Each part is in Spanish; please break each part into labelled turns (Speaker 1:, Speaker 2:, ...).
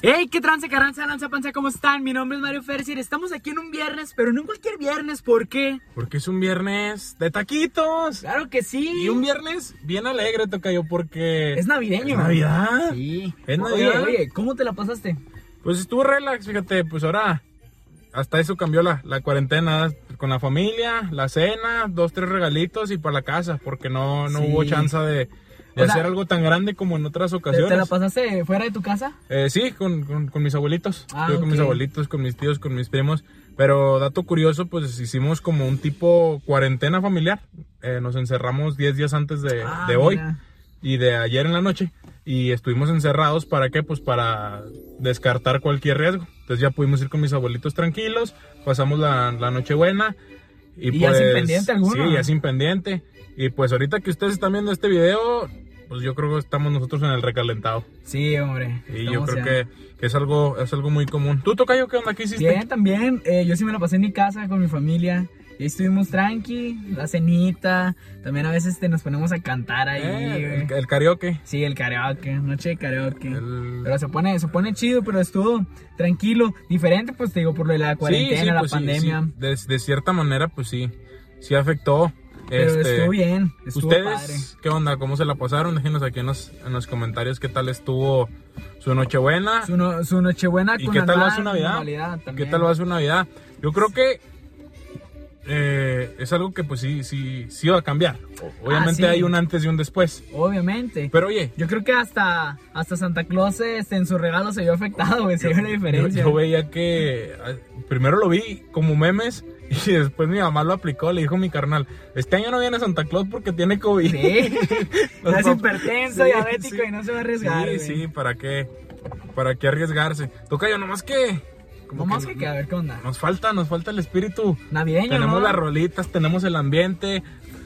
Speaker 1: Hey, qué trance, carranza, lanza, panza, ¿cómo están? Mi nombre es Mario Fercir. Estamos aquí en un viernes, pero no en cualquier viernes, ¿por qué?
Speaker 2: Porque es un viernes de taquitos.
Speaker 1: Claro que sí.
Speaker 2: Y un viernes bien alegre, Tocayo, porque.
Speaker 1: Es navideño.
Speaker 2: Es Navidad.
Speaker 1: Sí.
Speaker 2: Es
Speaker 1: Oye,
Speaker 2: Navidad.
Speaker 1: oye, ¿cómo te la pasaste?
Speaker 2: Pues estuvo relax, fíjate, pues ahora. Hasta eso cambió la, la cuarentena con la familia, la cena, dos, tres regalitos y para la casa, porque no, no
Speaker 1: Sí.
Speaker 2: hubo chance de, de
Speaker 1: O sea,
Speaker 2: hacer algo tan grande como en otras
Speaker 1: ¿Te, te la
Speaker 2: ocasiones.
Speaker 1: pasaste fuera de tu casa?
Speaker 2: Eh, sí, con, con- con mis abuelitos.
Speaker 1: Ah,
Speaker 2: Estuve con mis
Speaker 1: ok.
Speaker 2: abuelitos, con mis tíos, con mis primos. Pero dato curioso, pues hicimos como un tipo cuarentena familiar. Eh, nos encerramos 10 días antes de,
Speaker 1: Ah,
Speaker 2: de hoy
Speaker 1: mira.
Speaker 2: y de ayer en la noche. Y estuvimos encerrados para qué? Pues para descartar cualquier riesgo. Entonces ya pudimos ir con mis abuelitos tranquilos, pasamos la, la noche buena. Y,
Speaker 1: Y ya
Speaker 2: pues,
Speaker 1: sin pendiente alguno,
Speaker 2: Sí,
Speaker 1: ¿no?
Speaker 2: ya sin pendiente. Y pues ahorita que ustedes están viendo este video, pues yo creo que estamos nosotros en el recalentado.
Speaker 1: Sí, hombre.
Speaker 2: Y yo
Speaker 1: estamos ya.
Speaker 2: creo que, que es algo es algo muy común. ¿Tú, Tocayo, qué onda? ¿Qué hiciste?
Speaker 1: Bien, también. eh, yo sí me la pasé en mi casa con mi familia. Y ahí estuvimos tranqui, la cenita. También a veces te nos ponemos a cantar ahí.
Speaker 2: Eh,
Speaker 1: güey.
Speaker 2: el, el karaoke.
Speaker 1: Sí, el karaoke, noche de karaoke.
Speaker 2: El-
Speaker 1: Pero se pone, se pone chido, pero estuvo tranquilo, diferente, pues te digo, por lo de la cuarentena, la
Speaker 2: pues, sí,
Speaker 1: pandemia.
Speaker 2: sí. De, de cierta manera, pues sí, sí afectó.
Speaker 1: Pero
Speaker 2: Este,
Speaker 1: estuvo bien, estuvo padre.
Speaker 2: ¿Ustedes qué onda? ¿Cómo se la pasaron? Déjenos aquí en los, en los comentarios qué tal estuvo su Nochebuena.
Speaker 1: Su, no- su Nochebuena
Speaker 2: ¿Y
Speaker 1: con
Speaker 2: qué
Speaker 1: la
Speaker 2: tal va
Speaker 1: nueva
Speaker 2: su Navidad?
Speaker 1: normalidad
Speaker 2: ¿Qué
Speaker 1: también.
Speaker 2: tal va su Navidad? Yo creo que eh, es algo que pues sí, sí, sí va a cambiar. O- Obviamente
Speaker 1: Ah, sí.
Speaker 2: hay un antes y un después.
Speaker 1: Obviamente.
Speaker 2: Pero oye,
Speaker 1: Yo creo que hasta, hasta Santa Claus este, en su regalo se vio afectado, güey, se vio la
Speaker 2: yo,
Speaker 1: diferencia.
Speaker 2: yo veía que ah, primero lo vi como memes y después mi mamá lo aplicó, le dijo a mi carnal, este año no viene Santa Claus porque tiene COVID.
Speaker 1: Sí.
Speaker 2: Los
Speaker 1: Ya es
Speaker 2: pap-
Speaker 1: hipertenso,
Speaker 2: Sí,
Speaker 1: diabético
Speaker 2: sí.
Speaker 1: y no se va a arriesgar.
Speaker 2: Sí,
Speaker 1: güey.
Speaker 2: sí, ¿para qué? ¿Para qué arriesgarse? Toca yo, nomás que... como
Speaker 1: Nomás que, que a ver qué onda.
Speaker 2: Nos falta, nos falta el espíritu.
Speaker 1: Navideño,
Speaker 2: tenemos
Speaker 1: ¿no?
Speaker 2: las rolitas, tenemos el ambiente.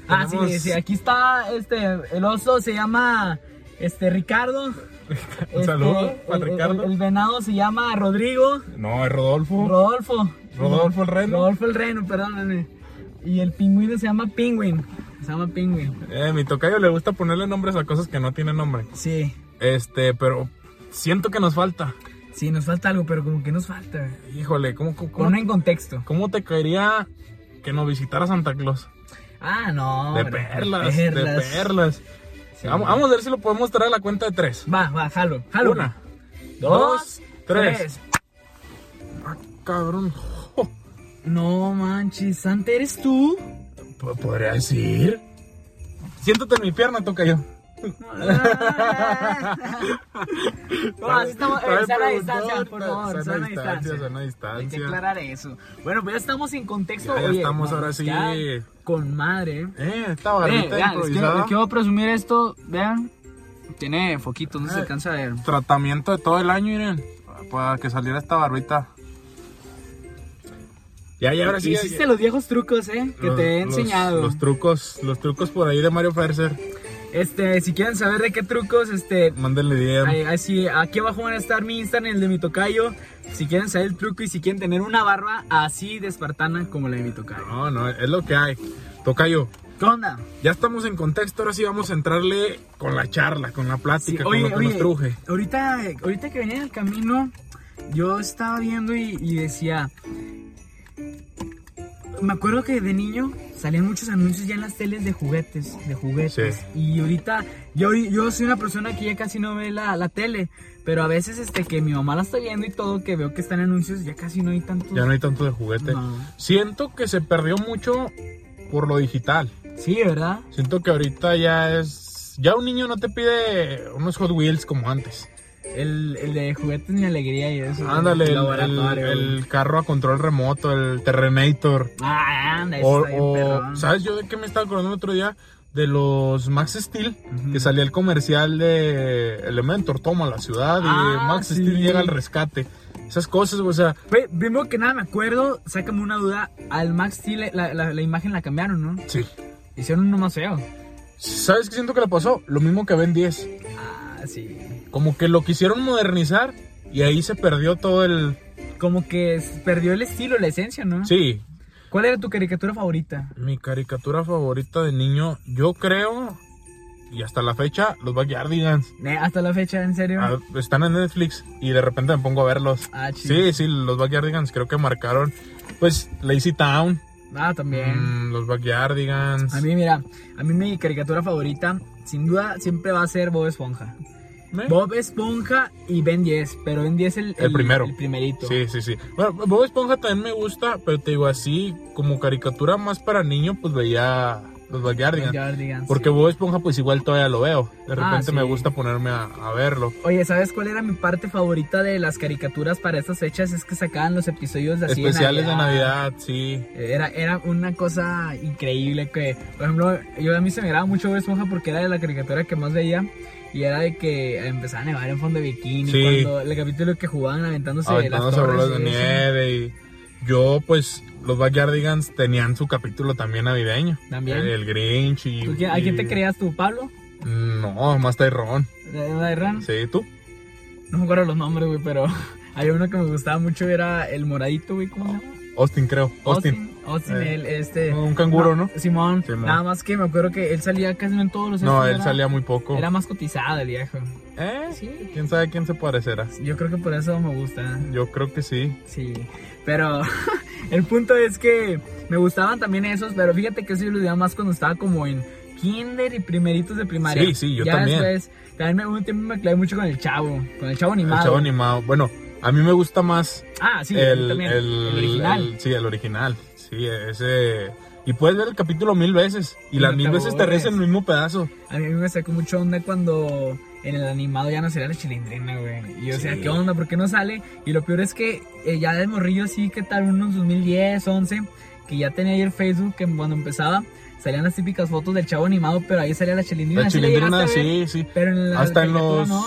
Speaker 1: Ah,
Speaker 2: tenemos-
Speaker 1: sí, sí, aquí está este, el oso, se llama este, Ricardo.
Speaker 2: Un saludo
Speaker 1: Este,
Speaker 2: para
Speaker 1: el- el-
Speaker 2: Ricardo.
Speaker 1: El, venado se llama Rodrigo.
Speaker 2: No, es Rodolfo.
Speaker 1: Rodolfo.
Speaker 2: Rodolfo el reno.
Speaker 1: Rodolfo el reno, perdóname. Y el pingüino se llama Penguin. Se llama Penguin.
Speaker 2: Eh, mi tocayo le gusta ponerle nombres a cosas que no tienen nombre.
Speaker 1: Sí,
Speaker 2: Este, pero siento que nos falta.
Speaker 1: sí, nos falta algo, pero como que nos falta. güey.
Speaker 2: Híjole, ¿cómo, cómo, cómo-
Speaker 1: Ponlo en contexto.
Speaker 2: cómo te caería que nos visitara Santa Claus?
Speaker 1: Ah, no.
Speaker 2: de
Speaker 1: hombre,
Speaker 2: perlas, de perlas.
Speaker 1: Sí.
Speaker 2: Vamos, vamos a ver si lo podemos traer a la cuenta de tres.
Speaker 1: Va, va, jalo, jalo.
Speaker 2: Una,
Speaker 1: dos,
Speaker 2: dos, tres. Ah, cabrón. Jo,
Speaker 1: No manches, Santa, ¿eres tú?
Speaker 2: ¿po- ¿Podría decir? Siéntate en mi pierna, tocayo.
Speaker 1: Ah. No, así estamos. eh,
Speaker 2: Trae
Speaker 1: sana
Speaker 2: preguntón,
Speaker 1: distancia, por favor.
Speaker 2: Sana distancia,
Speaker 1: distancia.
Speaker 2: sana
Speaker 1: Hay que
Speaker 2: distancia.
Speaker 1: aclarar eso. Bueno, pues ya estamos en contexto.
Speaker 2: Ya, ya
Speaker 1: Oye,
Speaker 2: estamos
Speaker 1: no,
Speaker 2: ahora sí.
Speaker 1: ya Con madre.
Speaker 2: Eh, esta
Speaker 1: Eh,
Speaker 2: barbita
Speaker 1: vean, les quiero,
Speaker 2: improvisada.
Speaker 1: les quiero presumir esto. Vean, tiene foquitos, no se
Speaker 2: Eh.
Speaker 1: alcanza a ver.
Speaker 2: Tratamiento de todo el año, miren. pa- Para que saliera esta barbita. Ya, ya, ahora sí. ya-
Speaker 1: Hiciste los viejos trucos, ¿eh? Que
Speaker 2: los-
Speaker 1: te he
Speaker 2: los-
Speaker 1: enseñado.
Speaker 2: Los, trucos, los trucos por ahí de Mario Ferser.
Speaker 1: Este, si quieren saber de qué trucos, este.
Speaker 2: Mándenle DM.
Speaker 1: ahí- ahí sí, aquí abajo van a estar mi Instagram, el de mi tocayo. Si quieren saber el truco y si quieren tener una barba así de espartana como la de mi tocayo.
Speaker 2: No, no, es lo que hay. Tocayo,
Speaker 1: ¿Qué onda?
Speaker 2: ya estamos en contexto, ahora sí vamos a entrarle con la charla, con la
Speaker 1: Sí,
Speaker 2: plática, con
Speaker 1: oye,
Speaker 2: lo que
Speaker 1: oye,
Speaker 2: nos truje.
Speaker 1: Ahorita, ahorita que venía en el camino, yo estaba viendo y, y decía. Me acuerdo que de niño salían muchos anuncios ya en las teles de juguetes, de juguetes. Y ahorita, yo, yo soy una persona que ya casi no ve la, la tele, pero a veces este que mi mamá la está viendo y todo, que veo que están anuncios, ya casi no hay tantos.
Speaker 2: Ya no hay tanto de juguete.
Speaker 1: No.
Speaker 2: Siento que se perdió mucho por lo digital.
Speaker 1: Sí, ¿verdad?
Speaker 2: Siento que ahorita ya es. Ya un niño no te pide unos Hot Wheels como antes.
Speaker 1: El, el de juguetes ni alegría y eso.
Speaker 2: Ándale, el, el-
Speaker 1: laboratorio,
Speaker 2: el
Speaker 1: güey.
Speaker 2: carro a control remoto, el Terrenator.
Speaker 1: Ah, anda, eso
Speaker 2: O,
Speaker 1: está bien,
Speaker 2: o-
Speaker 1: perrón.
Speaker 2: ¿Sabes yo de qué me estaba acordando el otro día? De los Max Steel,
Speaker 1: Ujú.
Speaker 2: que salía el comercial de Elementor, toma la ciudad y
Speaker 1: Ah,
Speaker 2: Max
Speaker 1: sí.
Speaker 2: Steel llega al rescate. Esas cosas, o sea,
Speaker 1: Güey, primero que nada me acuerdo, sácame una duda, al Max Steel la, la- la imagen la cambiaron, ¿no?
Speaker 2: sí.
Speaker 1: Hicieron uno más feo.
Speaker 2: ¿Sabes qué siento que le pasó? Lo mismo que Ben 10.
Speaker 1: Ah, sí.
Speaker 2: Como que lo quisieron modernizar y ahí se perdió todo el...
Speaker 1: Como que s- perdió el estilo, la esencia, ¿no?
Speaker 2: Sí,
Speaker 1: ¿Cuál era tu caricatura favorita?
Speaker 2: Mi caricatura favorita de niño, yo creo, y hasta la fecha, los Backyardigans.
Speaker 1: Ne, Hasta la fecha, en serio.
Speaker 2: ah, están en Netflix y de repente me pongo a verlos.
Speaker 1: Ah, chido.
Speaker 2: Sí, sí, los Backyardigans creo que marcaron. Pues Lazy Town,
Speaker 1: Ah, también.
Speaker 2: mm, los Backyardigans.
Speaker 1: A mí, mira, a mí mi caricatura favorita, sin duda, siempre va a ser Bob Esponja.
Speaker 2: ¿Eh?
Speaker 1: Bob Esponja y Ben 10, pero Ben 10 el,
Speaker 2: El primero.
Speaker 1: El primerito.
Speaker 2: Sí, sí, sí. Bueno, Bob Esponja también me gusta, pero te digo así, como caricatura más para niño, pues veía los Backyardigans.
Speaker 1: Backyardigans,
Speaker 2: Porque Bob Esponja, pues igual todavía lo veo. De
Speaker 1: Ah,
Speaker 2: repente me
Speaker 1: sí.
Speaker 2: gusta ponerme a, a verlo.
Speaker 1: Oye, ¿sabes cuál era mi parte favorita de las caricaturas para estas fechas? Es que sacaban los episodios de así de
Speaker 2: Especiales de Navidad, sí.
Speaker 1: Era, era una cosa increíble que, por ejemplo, yo a mí se me graba mucho Bob Esponja porque era de la caricatura que más veía y era de que empezaba a nevar en fondo de bikini,
Speaker 2: Sí.
Speaker 1: cuando el capítulo que jugaban aventándose de las
Speaker 2: Aventándose a
Speaker 1: torres.
Speaker 2: bolas de
Speaker 1: y eso.
Speaker 2: nieve. Y yo, pues, los Backyardigans tenían su capítulo también navideño.
Speaker 1: También.
Speaker 2: El, el Grinch y.
Speaker 1: ¿Tú quién- ¿A quién te
Speaker 2: Eh, y-
Speaker 1: creías tú, Pablo?
Speaker 2: No, más Tyrone.
Speaker 1: ¿De- de Ran?
Speaker 2: Sí, tú.
Speaker 1: No me acuerdo los nombres, güey, pero había uno que me gustaba mucho, era el moradito, güey, ¿cómo se llama?
Speaker 2: Austin, creo. Austin.
Speaker 1: Austin, Austin,
Speaker 2: Eh,
Speaker 1: el, este...
Speaker 2: Un canguro, ¿no?
Speaker 1: Simón.
Speaker 2: Simón.
Speaker 1: Nada más que me acuerdo que él salía casi no en todos los...
Speaker 2: No,
Speaker 1: estos,
Speaker 2: él
Speaker 1: era-
Speaker 2: salía muy poco.
Speaker 1: Era más cotizado el viejo.
Speaker 2: ¿Eh?
Speaker 1: Sí.
Speaker 2: ¿Quién sabe quién se parecerá?
Speaker 1: Yo creo que por eso me gusta.
Speaker 2: Yo creo que sí.
Speaker 1: Sí. Pero el punto es que me gustaban también esos, pero fíjate que eso yo lo veía más cuando estaba como en kinder y primeritos de primaria.
Speaker 2: Sí, sí, yo
Speaker 1: ya
Speaker 2: también.
Speaker 1: Después, también me, un tiempo me clavé mucho con el chavo, con el chavo animado.
Speaker 2: El chavo animado. Bueno, a mí me gusta más
Speaker 1: Ah, sí, yo
Speaker 2: el,
Speaker 1: también.
Speaker 2: el-
Speaker 1: el original.
Speaker 2: el- sí, el original. Sí, ese. Y puedes ver el capítulo mil veces. Y
Speaker 1: Y
Speaker 2: las
Speaker 1: no
Speaker 2: mil
Speaker 1: te
Speaker 2: veces te
Speaker 1: aburres.
Speaker 2: rezan el mismo pedazo.
Speaker 1: A mí me sacó mucho onda cuando en el animado ya no salía la chilindrina, güey. Y yo decía,
Speaker 2: Sí.
Speaker 1: ¿qué onda? ¿Por qué no sale? Y lo peor es que eh, ya de morrillo, sí, que tal, unos 2010, 11, que ya tenía ahí el Facebook, que cuando empezaba salían las típicas fotos del chavo animado, pero ahí salía la chilindrina.
Speaker 2: La
Speaker 1: ¿sí la llegaste a
Speaker 2: chilindrina,
Speaker 1: ver?
Speaker 2: sí, sí.
Speaker 1: Pero en la
Speaker 2: Hasta en
Speaker 1: caricatura
Speaker 2: los.
Speaker 1: no.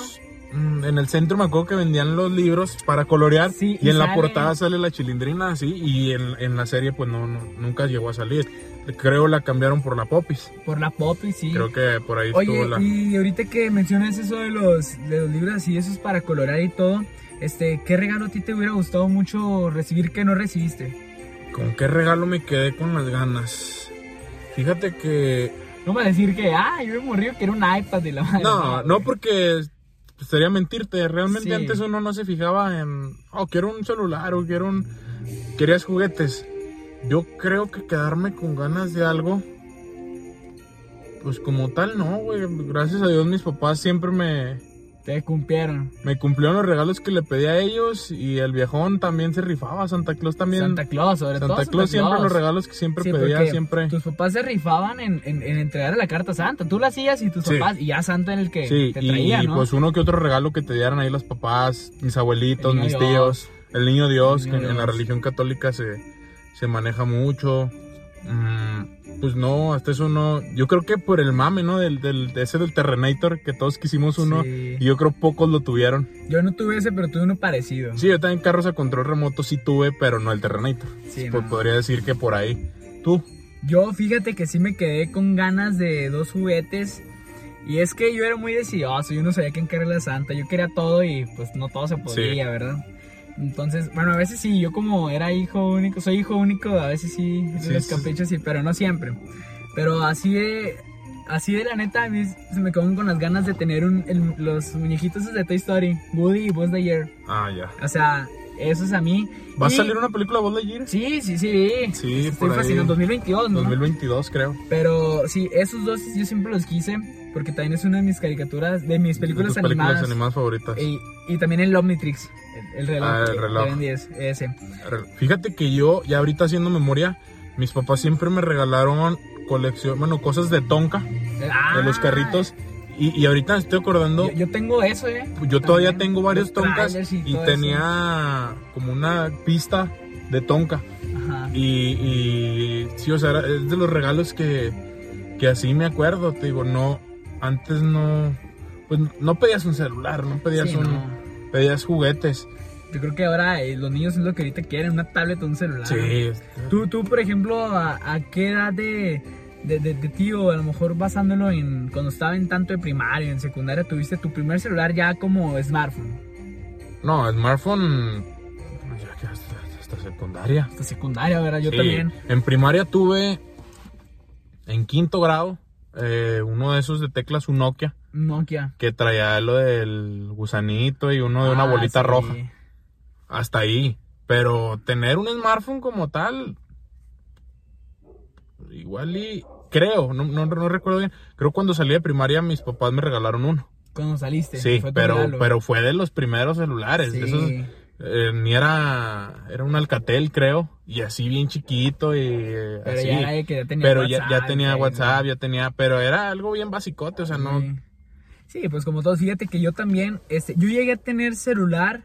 Speaker 2: mm, En el centro me acuerdo que vendían los libros para colorear
Speaker 1: Sí,
Speaker 2: y,
Speaker 1: y
Speaker 2: en la
Speaker 1: sale.
Speaker 2: portada sale la chilindrina así y en, en la serie pues no, no, nunca llegó a salir. Creo la cambiaron por la Popis.
Speaker 1: Por la pop y sí.
Speaker 2: Creo que por ahí
Speaker 1: Oye,
Speaker 2: estuvo la...
Speaker 1: y ahorita que mencionas eso de los, de los libros así, esos para colorar y todo, este, ¿qué regalo a ti te hubiera gustado mucho recibir que no recibiste?
Speaker 2: ¿Con qué regalo me quedé con las ganas? Fíjate que...
Speaker 1: No me va a decir que, ah, yo me morí, que era un iPad de la madre.
Speaker 2: No, no porque sería mentirte. Realmente
Speaker 1: Sí.
Speaker 2: antes uno no se fijaba en... Oh, quiero un celular o quiero un... Querías juguetes. Yo creo que quedarme con ganas de algo... Pues como tal, no, güey. Gracias a Dios mis papás siempre me,
Speaker 1: Te cumplieron.
Speaker 2: me cumplieron los regalos que le pedí a ellos y el viejón también se rifaba. Santa Claus también.
Speaker 1: Santa Claus, sobre
Speaker 2: Santa
Speaker 1: todo.
Speaker 2: Claus siempre los regalos que siempre
Speaker 1: Sí,
Speaker 2: pedía,
Speaker 1: porque
Speaker 2: siempre.
Speaker 1: Tus papás se rifaban en, en, en entregarle la carta a Santa. Tú la hacías y tus
Speaker 2: Sí.
Speaker 1: papás, y ya Santa en el que
Speaker 2: Sí,
Speaker 1: te
Speaker 2: y,
Speaker 1: traía,
Speaker 2: y,
Speaker 1: ¿no?
Speaker 2: pues uno que otro regalo que te dieran ahí los papás, mis abuelitos,
Speaker 1: El niño
Speaker 2: mis
Speaker 1: Dios.
Speaker 2: tíos, el niño Dios,
Speaker 1: El
Speaker 2: que
Speaker 1: niño
Speaker 2: en la
Speaker 1: Dios.
Speaker 2: religión católica se, se maneja mucho. Mm, pues no, hasta eso no. Yo creo que por el mame, ¿no? Del, del, de ese del Terrenator, que todos quisimos uno.
Speaker 1: Sí.
Speaker 2: Y yo creo pocos lo tuvieron.
Speaker 1: Yo no tuve ese, pero tuve uno parecido.
Speaker 2: Sí, yo también carros a control remoto sí tuve, pero no el Terrenator.
Speaker 1: Sí,
Speaker 2: Pues
Speaker 1: no.
Speaker 2: podría decir que por ahí. Tú,
Speaker 1: Yo fíjate que sí me quedé con ganas de dos juguetes. Y es que yo era muy decidioso, yo no sabía quién quería la santa, yo quería todo y pues no todo se podía, ¿verdad? Entonces, bueno, a veces sí, yo como era hijo único, soy hijo único, a veces sí,
Speaker 2: Sí,
Speaker 1: los
Speaker 2: sí.
Speaker 1: caprichos sí, pero no siempre. Pero así de, así de la neta, a mí se me quedan con las ganas de tener un- el- los muñequitos esos de Toy Story, Woody y Buzz Lightyear.
Speaker 2: ah, ya.
Speaker 1: O sea, eso es a mí.
Speaker 2: ¿Va a
Speaker 1: Y-
Speaker 2: salir una película Voz de Gira?
Speaker 1: Sí, sí, sí.
Speaker 2: Sí,
Speaker 1: Estoy
Speaker 2: por ahí.
Speaker 1: fascinado, 2022, ¿no?
Speaker 2: 2022, creo.
Speaker 1: Pero sí, esos dos yo siempre los quise porque también es una de mis caricaturas, de mis películas,
Speaker 2: De tus películas
Speaker 1: animadas.
Speaker 2: animadas favoritas.
Speaker 1: Y, y también el Omnitrix, el, el reloj.
Speaker 2: Ah, el
Speaker 1: de- de
Speaker 2: reloj.
Speaker 1: Ben 10, ese.
Speaker 2: Fíjate que yo, ya ahorita haciendo memoria, mis papás siempre me regalaron colección, bueno, cosas de Tonka,
Speaker 1: Ah,
Speaker 2: de los carritos. Y, y ahorita me estoy acordando,
Speaker 1: Yo,
Speaker 2: yo,
Speaker 1: yo tengo eso, ¿eh?
Speaker 2: todavía
Speaker 1: También,
Speaker 2: tengo varios
Speaker 1: los
Speaker 2: Tonkas
Speaker 1: trailers
Speaker 2: y,
Speaker 1: todo
Speaker 2: tenía como una pista de Tonka.
Speaker 1: eso. Ajá.
Speaker 2: Y, y sí, o sea, era- es de los regalos que, que así me acuerdo. Te digo, no, antes no, pues no pedías un celular, no pedías
Speaker 1: Sí,
Speaker 2: un,
Speaker 1: no.
Speaker 2: pedías juguetes.
Speaker 1: Yo creo que ahora eh, los niños es lo que ahorita quieren, una tablet o un celular.
Speaker 2: Sí, este,
Speaker 1: Tú, tú por ejemplo, ¿a, a qué edad de, de, de- de ti o a lo mejor basándolo en cuando estaba en tanto de primaria, en secundaria, tuviste tu primer celular ya como smartphone?
Speaker 2: No, smartphone. pues Ya que hasta, hasta secundaria.
Speaker 1: hasta secundaria, ¿verdad? Yo
Speaker 2: Sí,
Speaker 1: también.
Speaker 2: En primaria tuve. En quinto grado. eh, uno de esos de teclas, un Nokia,
Speaker 1: Nokia.
Speaker 2: que traía lo del gusanito y uno de una
Speaker 1: Ah,
Speaker 2: bolita
Speaker 1: sí.
Speaker 2: roja. Hasta ahí. Pero tener un smartphone como tal, igual y creo, no, no, no recuerdo bien. Creo cuando salí de primaria mis papás me regalaron uno.
Speaker 1: Cuando saliste.
Speaker 2: Sí,
Speaker 1: fue tu
Speaker 2: pero,
Speaker 1: regalo.
Speaker 2: pero fue de los primeros celulares.
Speaker 1: Sí.
Speaker 2: de esos, eh, ni era, era un Alcatel, creo, y así bien chiquito y eh,
Speaker 1: Pero
Speaker 2: así.
Speaker 1: ya era de que ya tenía
Speaker 2: pero ya, ya
Speaker 1: WhatsApp,
Speaker 2: tenía
Speaker 1: güey, Mm.
Speaker 2: WhatsApp, ya tenía, pero era algo bien basicote, o sea, no.
Speaker 1: Sí. Sí, pues como todos, fíjate que yo también, este, yo llegué a tener celular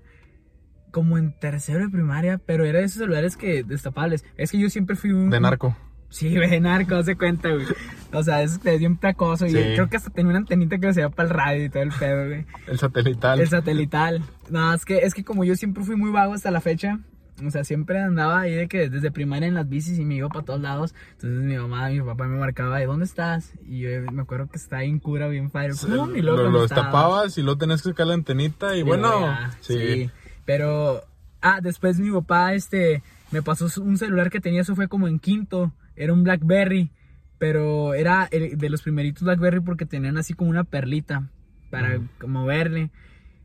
Speaker 1: como en tercero de primaria, pero era de esos celulares que destapables. Es que yo siempre fui un...
Speaker 2: De
Speaker 1: un-
Speaker 2: narco.
Speaker 1: Sí, güey, de narco, haz de cuenta, güey. O sea, es, es bien placoso y
Speaker 2: Sí.
Speaker 1: creo que hasta tenía una antenita que se iba para el radio y todo el pedo, güey.
Speaker 2: El satelital.
Speaker 1: El satelital. No, es que, es que como yo siempre fui muy vago hasta la fecha, o sea, siempre andaba ahí de que desde primaria en las bicis y me iba para todos lados. Entonces mi mamá, mi papá me marcaba de dónde estás. Y yo me acuerdo que estaba en cura, bien fire. Pues, ¡pum! Y luego
Speaker 2: lo, lo
Speaker 1: cuando estaba-
Speaker 2: destapabas y luego tenías que sacar la antenita y,
Speaker 1: y
Speaker 2: bueno,
Speaker 1: luego ya,
Speaker 2: sí.
Speaker 1: Pero, ah, después mi papá, este, me pasó su- un celular que tenía, eso fue como en quinto. Era un Blackberry. Pero era el- de los primeritos Blackberry porque tenían así como una perlita para moverle.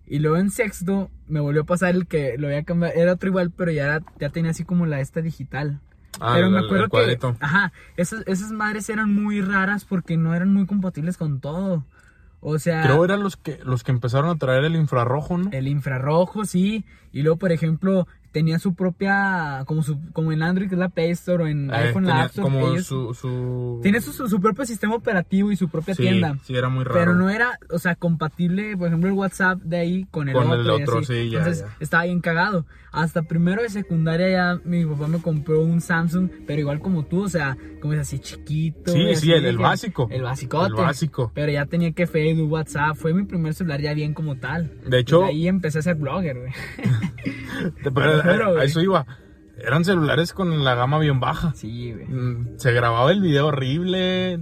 Speaker 1: Y luego en sexto me volvió a pasar el que lo había cambiado. Era otro igual, pero ya, era- ya tenía así como la esta digital.
Speaker 2: Ah,
Speaker 1: pero
Speaker 2: el-
Speaker 1: me
Speaker 2: el-
Speaker 1: acuerdo
Speaker 2: el cuadrito.
Speaker 1: que. Ajá, esas, esas madres eran muy raras porque no eran muy compatibles con todo. O sea.
Speaker 2: Creo eran los que, los que empezaron a traer el infrarrojo, ¿no? Eh,
Speaker 1: El infrarrojo, sí. Y luego, por ejemplo, tenía su propia, como, su, como en Android, que es la Play Store, o en
Speaker 2: Eh,
Speaker 1: iPhone, la
Speaker 2: tenía
Speaker 1: App Store.
Speaker 2: como
Speaker 1: ellos-
Speaker 2: su, su...
Speaker 1: Tiene su, su propio sistema operativo y su propia
Speaker 2: sí,
Speaker 1: tienda.
Speaker 2: Sí, era muy raro.
Speaker 1: Pero no era, o sea, compatible, por ejemplo, el WhatsApp de ahí con el
Speaker 2: Con
Speaker 1: otro.
Speaker 2: el
Speaker 1: y
Speaker 2: otro,
Speaker 1: así.
Speaker 2: sí, ya,
Speaker 1: Entonces
Speaker 2: ya.
Speaker 1: estaba bien cagado. Hasta primero de secundaria ya mi papá me compró un Samsung, pero igual como tú, o sea, como es así chiquito.
Speaker 2: Sí,
Speaker 1: y así,
Speaker 2: sí, el, el
Speaker 1: que-
Speaker 2: básico.
Speaker 1: El básicote.
Speaker 2: El básico.
Speaker 1: Pero ya tenía que Facebook, WhatsApp. Fue mi primer celular ya bien como tal.
Speaker 2: De hecho,
Speaker 1: Desde ahí empecé a ser blogger, güey.
Speaker 2: te- pero,
Speaker 1: Pero,
Speaker 2: a- a
Speaker 1: güey.
Speaker 2: eso iba. Eran celulares con la gama bien baja.
Speaker 1: Sí, güey.
Speaker 2: Mm, Se grababa el video horrible.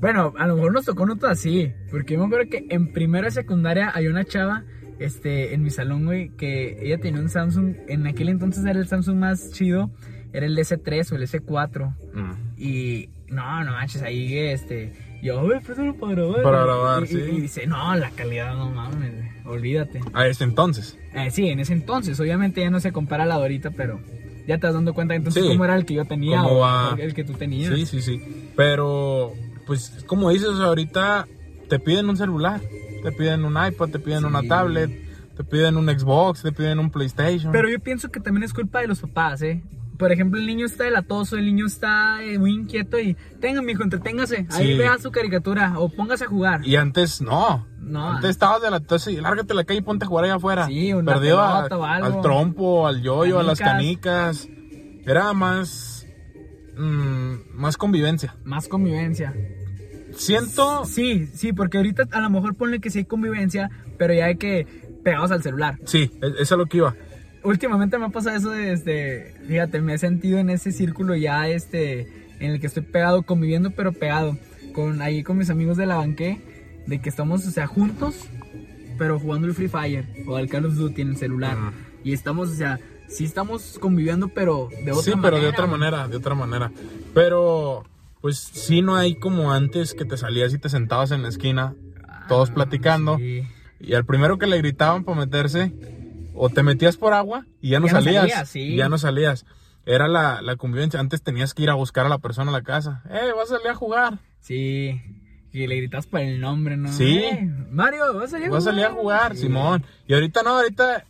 Speaker 1: Bueno, a lo mejor nos tocó notas así. Porque yo me acuerdo que en primero de secundaria hay una chava este, en mi salón, güey, que ella tenía un Samsung. En aquel entonces era el Samsung más chido. Era el S3 o el S4.
Speaker 2: Mm.
Speaker 1: Y no, no manches, ahí este. Yo, güey, préselo para grabar.
Speaker 2: Para grabar,
Speaker 1: Y- y-
Speaker 2: sí.
Speaker 1: Y dice, no, la calidad, no mames, güey, olvídate.
Speaker 2: A ese entonces.
Speaker 1: Eh, sí, en ese entonces, obviamente ya no se compara a la de ahorita, pero ya te vas dando cuenta entonces
Speaker 2: Sí.
Speaker 1: cómo era el que yo tenía
Speaker 2: ¿Cómo
Speaker 1: o
Speaker 2: va?
Speaker 1: el que tú tenías.
Speaker 2: Sí, sí, sí. Pero, pues, como dices, o sea, ahorita te piden un celular, te piden un iPad, te piden
Speaker 1: Sí.
Speaker 2: una tablet, te piden un Xbox, te piden un PlayStation.
Speaker 1: Pero yo pienso que también es culpa de los papás, ¿eh? Por ejemplo, el niño está delatoso, el niño está eh, muy inquieto y tenga, mijo, entreténgase. Ahí
Speaker 2: Sí.
Speaker 1: vea su caricatura o póngase a jugar.
Speaker 2: Y antes no.
Speaker 1: No,
Speaker 2: Antes estabas de la entonces, lárgate a la calle y ponte a jugar allá afuera.
Speaker 1: Sí, una
Speaker 2: Perdido a-
Speaker 1: pelota o algo.
Speaker 2: al trompo, al yoyo, a las
Speaker 1: Canicas.
Speaker 2: canicas. Era más. mm, más convivencia.
Speaker 1: más convivencia.
Speaker 2: Siento.
Speaker 1: Sí, sí, porque ahorita a lo mejor ponle que sí hay convivencia, pero ya hay que pegados al celular.
Speaker 2: Sí, es, es a lo que iba.
Speaker 1: Últimamente me ha pasado eso de, este, fíjate, me he sentido en ese círculo ya, este, en el que estoy pegado, conviviendo, pero pegado, con, ahí con mis amigos de la banque, de que estamos, o sea, juntos, pero jugando el Free Fire, o al Call of Duty en el celular,
Speaker 2: Ajá.
Speaker 1: y estamos, o sea, sí estamos conviviendo, pero de otra manera.
Speaker 2: sí, pero de otra
Speaker 1: güey.
Speaker 2: manera, de otra manera. Pero, pues sí, no hay como antes que te salías y te sentabas en la esquina,
Speaker 1: Ah,
Speaker 2: todos
Speaker 1: no,
Speaker 2: platicando,
Speaker 1: sí.
Speaker 2: y al primero que le gritaban para meterse, o te metías por agua y ya no
Speaker 1: Ya no
Speaker 2: salías.
Speaker 1: salías, sí.
Speaker 2: y Ya no salías. Era la, la convivencia. Antes tenías que ir a buscar a la persona a la casa. ¡Eh, vas a salir a jugar!
Speaker 1: Sí, y le gritas por el nombre, ¿no?
Speaker 2: Sí.
Speaker 1: Eh, Mario, vas a salir a
Speaker 2: Vas a salir a jugar,
Speaker 1: Sí.
Speaker 2: Simón. Y ahorita no, ahorita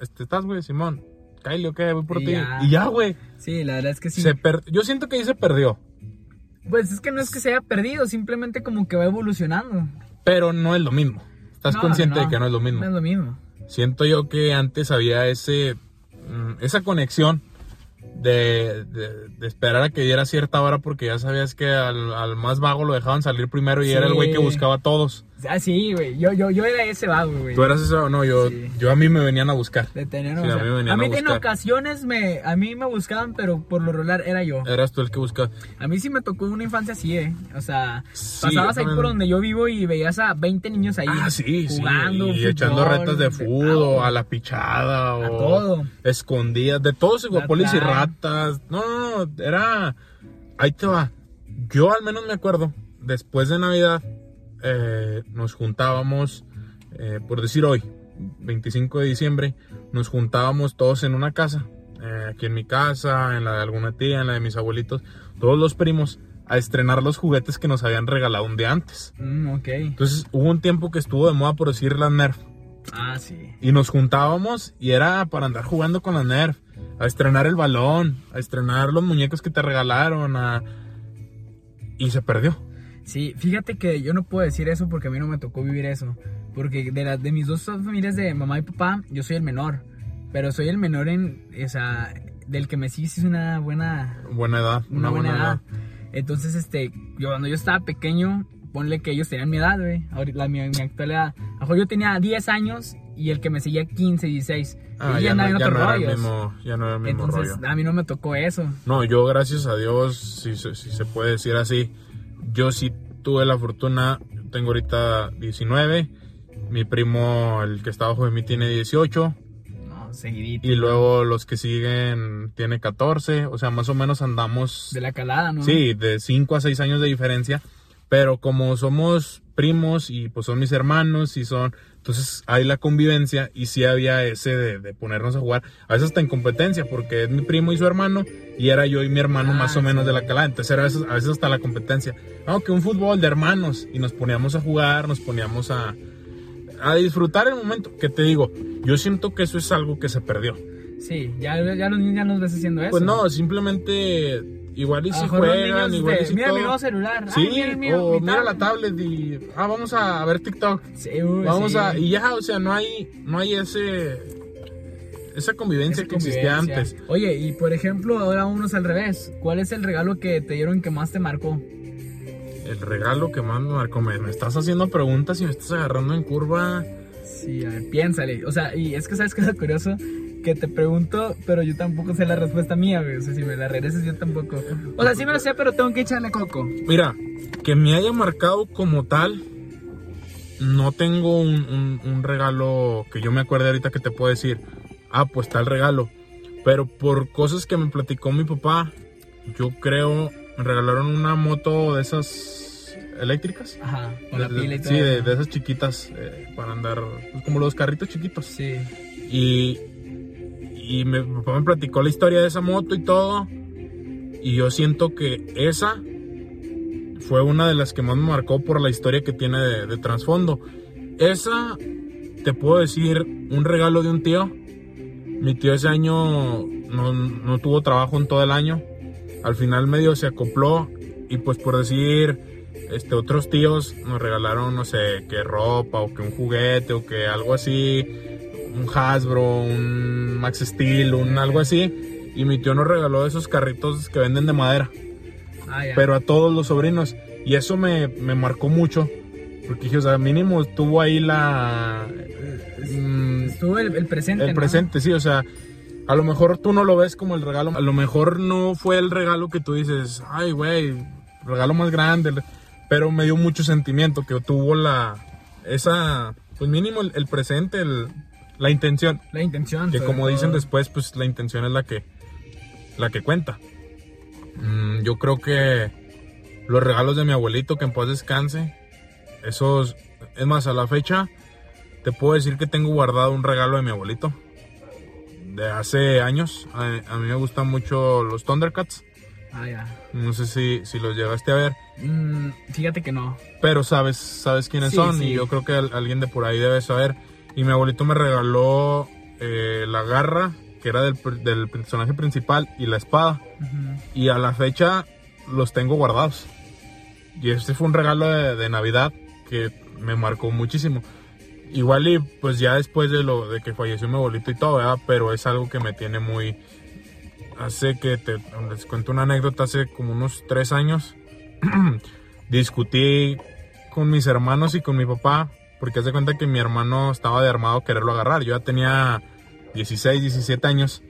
Speaker 2: este, estás, güey, Simón. Kylie, ok, voy por
Speaker 1: Y
Speaker 2: ti.
Speaker 1: ya.
Speaker 2: Y ya, güey.
Speaker 1: Sí, la verdad es que sí.
Speaker 2: se per- Yo siento que ahí se perdió.
Speaker 1: Pues es que no es que se haya perdido, simplemente como que va evolucionando.
Speaker 2: Pero no es lo mismo. Estás
Speaker 1: No,
Speaker 2: consciente de que no es lo mismo.
Speaker 1: No es lo mismo.
Speaker 2: Siento yo que antes había ese mm, esa conexión de, de- de esperar a que diera cierta hora porque ya sabías que al, al más vago lo dejaban salir primero y
Speaker 1: Sí.
Speaker 2: era el güey que buscaba a todos.
Speaker 1: Ah, sí, güey. Yo, yo, yo era ese vago, güey.
Speaker 2: ¿Tú eras eso? No, yo,
Speaker 1: Sí.
Speaker 2: yo a mí me venían a buscar.
Speaker 1: De tener,
Speaker 2: Sí,
Speaker 1: o sea,
Speaker 2: a mí me venían a
Speaker 1: en
Speaker 2: buscar.
Speaker 1: ocasiones me, a mí me buscaban, pero por lo regular era yo.
Speaker 2: Eras tú el que buscaba.
Speaker 1: A mí sí me tocó una infancia así, ¿eh? O sea,
Speaker 2: Sí,
Speaker 1: pasabas ahí
Speaker 2: no,
Speaker 1: por
Speaker 2: no.
Speaker 1: donde yo vivo y veías a 20 niños ahí.
Speaker 2: Ah, sí, sí.
Speaker 1: jugando,
Speaker 2: y
Speaker 1: fútbol,
Speaker 2: echando retas de fútbol,
Speaker 1: pavo.
Speaker 2: a la pichada, o
Speaker 1: todo.
Speaker 2: escondidas, de todos iguapolis y
Speaker 1: Ratas.
Speaker 2: ratas. No, no, no, era. Ahí te va. Yo al menos me acuerdo después de Navidad eh, nos juntábamos, eh, por decir hoy, 25 de diciembre, nos juntábamos todos en una casa, eh, aquí en mi casa, en la de alguna tía, en la de mis abuelitos, todos los primos, a estrenar los juguetes que nos habían regalado un día antes.
Speaker 1: Mm, ok.
Speaker 2: Entonces hubo un tiempo que estuvo de moda por decir las Nerf.
Speaker 1: Ah, sí.
Speaker 2: Y nos juntábamos y era para andar jugando con la Nerf, a estrenar el balón, a estrenar los muñecos que te regalaron, a... y se perdió.
Speaker 1: Sí, fíjate que yo no puedo decir eso porque a mí no me tocó vivir eso. Porque de, las de mis dos familias de mamá y papá, yo soy el menor. Pero soy el menor en, o sea, del que me sigue es una buena,
Speaker 2: Buena edad,
Speaker 1: una, buena, edad. Entonces, este, yo cuando yo estaba pequeño, ponle que ellos tenían mi edad, güey. Ahorita la, mi, mi actual edad. A lo mejor yo tenía 10 años y el que me seguía 15, 16.
Speaker 2: Ah,
Speaker 1: y
Speaker 2: ya,
Speaker 1: andaba
Speaker 2: no,
Speaker 1: en
Speaker 2: ya
Speaker 1: otros
Speaker 2: no era el
Speaker 1: rollos.
Speaker 2: mismo, ya no era el mismo
Speaker 1: Entonces,
Speaker 2: rollo.
Speaker 1: a mí no me tocó eso.
Speaker 2: No, yo gracias a Dios, si, se- si se puede decir así, yo sí tuve la fortuna, tengo ahorita 19, mi primo, el que está abajo de mí, tiene 18,
Speaker 1: No, seguidito.
Speaker 2: y luego los que siguen tiene 14, o sea, más o menos andamos...
Speaker 1: De la calada, ¿no?
Speaker 2: Sí, de 5 a 6 años de diferencia. Pero como somos primos y pues son mis hermanos y son... Entonces hay la convivencia y sí había ese de, de ponernos a jugar. A veces hasta en competencia porque es mi primo y su hermano y era yo y mi hermano
Speaker 1: Ah,
Speaker 2: más o
Speaker 1: sí.
Speaker 2: menos de la calada. Entonces era a veces, a veces hasta la competencia. Aunque un fútbol de hermanos y nos poníamos a jugar, nos poníamos a, a disfrutar el momento. Que te digo, yo siento que eso es algo que se perdió.
Speaker 1: Sí, ya, ya los niños ya nos ves haciendo eso.
Speaker 2: Pues no, simplemente igual y
Speaker 1: A lo
Speaker 2: si
Speaker 1: mejor los
Speaker 2: juegan,
Speaker 1: niños,
Speaker 2: igual y
Speaker 1: este,
Speaker 2: si
Speaker 1: mira mi
Speaker 2: todo".
Speaker 1: nuevo celular.
Speaker 2: Sí,
Speaker 1: Ay, mira el mío,
Speaker 2: o
Speaker 1: mi
Speaker 2: mira la
Speaker 1: tablet.
Speaker 2: tablet y ah, vamos a ver TikTok.
Speaker 1: Sí, uy,
Speaker 2: Vamos
Speaker 1: sí.
Speaker 2: a y ya, o sea, no hay no hay ese esa convivencia
Speaker 1: Esa
Speaker 2: que existía
Speaker 1: convivencia.
Speaker 2: antes.
Speaker 1: Oye, y por ejemplo, ahora unos al revés. ¿Cuál es el regalo que te dieron que más te marcó?
Speaker 2: El regalo que más me marcó, me, me estás haciendo preguntas y me estás agarrando en curva.
Speaker 1: Sí, a ver, piénsale. O sea, y es que sabes que es lo curioso que te pregunto, pero yo tampoco sé la respuesta mía, güey. O sea, si me la regresas, yo tampoco. O sea, sí me lo sé, pero tengo que echarle coco.
Speaker 2: Mira, que me haya marcado como tal no tengo un, un- un regalo que yo me acuerde ahorita que te puedo decir, ah, pues tal regalo. Pero por cosas que me platicó mi papá, yo creo, me regalaron una moto de esas eléctricas.
Speaker 1: Ajá, con la
Speaker 2: De- de-
Speaker 1: pila y todo.
Speaker 2: Sí, de,
Speaker 1: ¿no?
Speaker 2: de esas chiquitas eh, para andar, pues, como los carritos chiquitos.
Speaker 1: Sí.
Speaker 2: Y, y me, mi papá me platicó la historia de esa moto y todo. Y yo siento que esa fue una de las que más me marcó por la historia que tiene de, de trasfondo. Esa, te puedo decir, un regalo de un tío. Mi tío ese año no, no tuvo trabajo en todo el año. Al final medio se acopló y pues por decir, este, otros tíos nos regalaron, no sé, que ropa o que un juguete o que algo así, un Hasbro, un Max Steel, un algo así. Y mi tío nos regaló esos carritos que venden de madera,
Speaker 1: Ah, ya.
Speaker 2: pero a todos los sobrinos. Y eso me, me marcó mucho, porque dije, o sea, mínimo tuvo ahí la... mm,
Speaker 1: Estuvo el, el presente.
Speaker 2: el
Speaker 1: ¿no?
Speaker 2: presente, sí, o sea, a lo mejor tú no lo ves como el regalo, a lo mejor no fue el regalo que tú dices, ay, güey, regalo más grande, pero me dio mucho sentimiento que tuvo la, esa, pues mínimo el, el presente, el- la intención,
Speaker 1: La intención.
Speaker 2: que
Speaker 1: sobre
Speaker 2: como dicen
Speaker 1: todo.
Speaker 2: después, pues la intención es la que, la que cuenta. Mm, yo creo que los regalos de mi abuelito, que en paz descanse, esos, es más, a la fecha, te puedo decir que tengo guardado un regalo de mi abuelito, de hace años. A, a mí me gustan mucho los Thundercats,
Speaker 1: Ah, ya.
Speaker 2: no sé si, si los llegaste a ver,
Speaker 1: Mm, fíjate que no.
Speaker 2: pero sabes, sabes quiénes
Speaker 1: Sí,
Speaker 2: son
Speaker 1: sí.
Speaker 2: y yo creo que al- alguien de por ahí debe saber. Y mi abuelito me regaló eh, la garra, que era del, pr- del personaje principal, y la espada.
Speaker 1: Ujú.
Speaker 2: Y a la fecha los tengo guardados. Y este fue un regalo de, de Navidad que me marcó muchísimo. Igual y pues ya después de lo de que falleció mi abuelito y todo, ¿verdad? Pero es algo que me tiene muy... Hace que te... Les cuento una anécdota, hace como unos tres años discutí con mis hermanos y con mi papá porque hace cuenta que mi hermano estaba de armado quererlo agarrar. Yo ya tenía 16, 17 años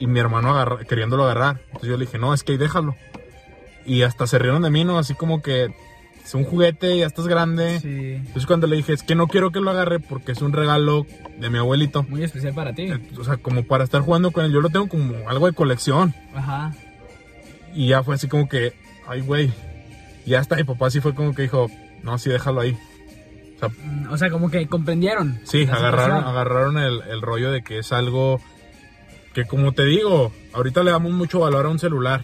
Speaker 2: y mi hermano agarra- queriéndolo agarrar. Entonces yo le dije, no, es que ahí déjalo. Y hasta se rieron de mí, ¿no? Así como que es un juguete, ya estás grande.
Speaker 1: Sí.
Speaker 2: Entonces cuando le dije, es que no quiero que lo agarre porque es un regalo de mi abuelito.
Speaker 1: Muy especial para ti.
Speaker 2: Eh, O sea, como para estar jugando con él, yo lo tengo como algo de colección.
Speaker 1: Ajá.
Speaker 2: Y ya fue así como que, ay, güey, Y hasta mi papá sí fue como que dijo, no, sí, déjalo ahí. O sea,
Speaker 1: Mm, O sea, como que comprendieron.
Speaker 2: Sí,
Speaker 1: la
Speaker 2: agarraron,
Speaker 1: situación.
Speaker 2: agarraron el, el rollo de que es algo que como te digo, ahorita le damos mucho valor a un celular,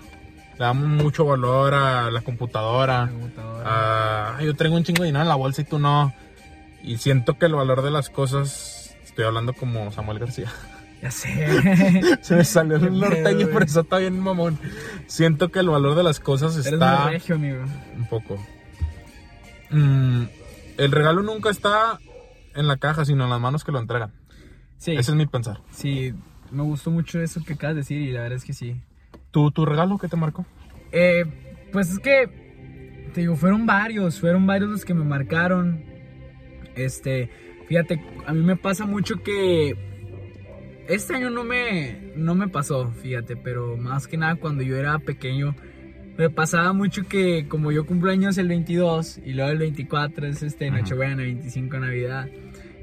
Speaker 2: le damos mucho valor a la
Speaker 1: Ah.
Speaker 2: computadora, Ah. a, "Ay, yo tengo un chingo de dinero en la bolsa y tú no. Y siento que el valor de las cosas, estoy hablando como Samuel García.
Speaker 1: Ya sé.
Speaker 2: Se me salió el
Speaker 1: Qué
Speaker 2: norteño,
Speaker 1: pedo,
Speaker 2: pero
Speaker 1: güey.
Speaker 2: eso está bien mamón. Siento que el valor de las cosas
Speaker 1: Eres muy
Speaker 2: está
Speaker 1: regio, amigo.
Speaker 2: un poco. Mm, el regalo nunca está en la caja, sino en las manos que lo entregan.
Speaker 1: Sí,
Speaker 2: Ese es mi pensar.
Speaker 1: sí, me gustó mucho eso que acabas de decir y la verdad es que sí.
Speaker 2: ¿Tu, tu regalo qué te marcó?
Speaker 1: Eh, pues es que, te digo, fueron varios, fueron varios los que me marcaron. Este, fíjate, a mí me pasa mucho que este año no me, no me pasó, fíjate, pero más que nada cuando yo era pequeño, me pasaba mucho que como yo cumplo años el 22 y luego el 24 es este
Speaker 2: Ajá.
Speaker 1: Nochebuena, 25 Navidad.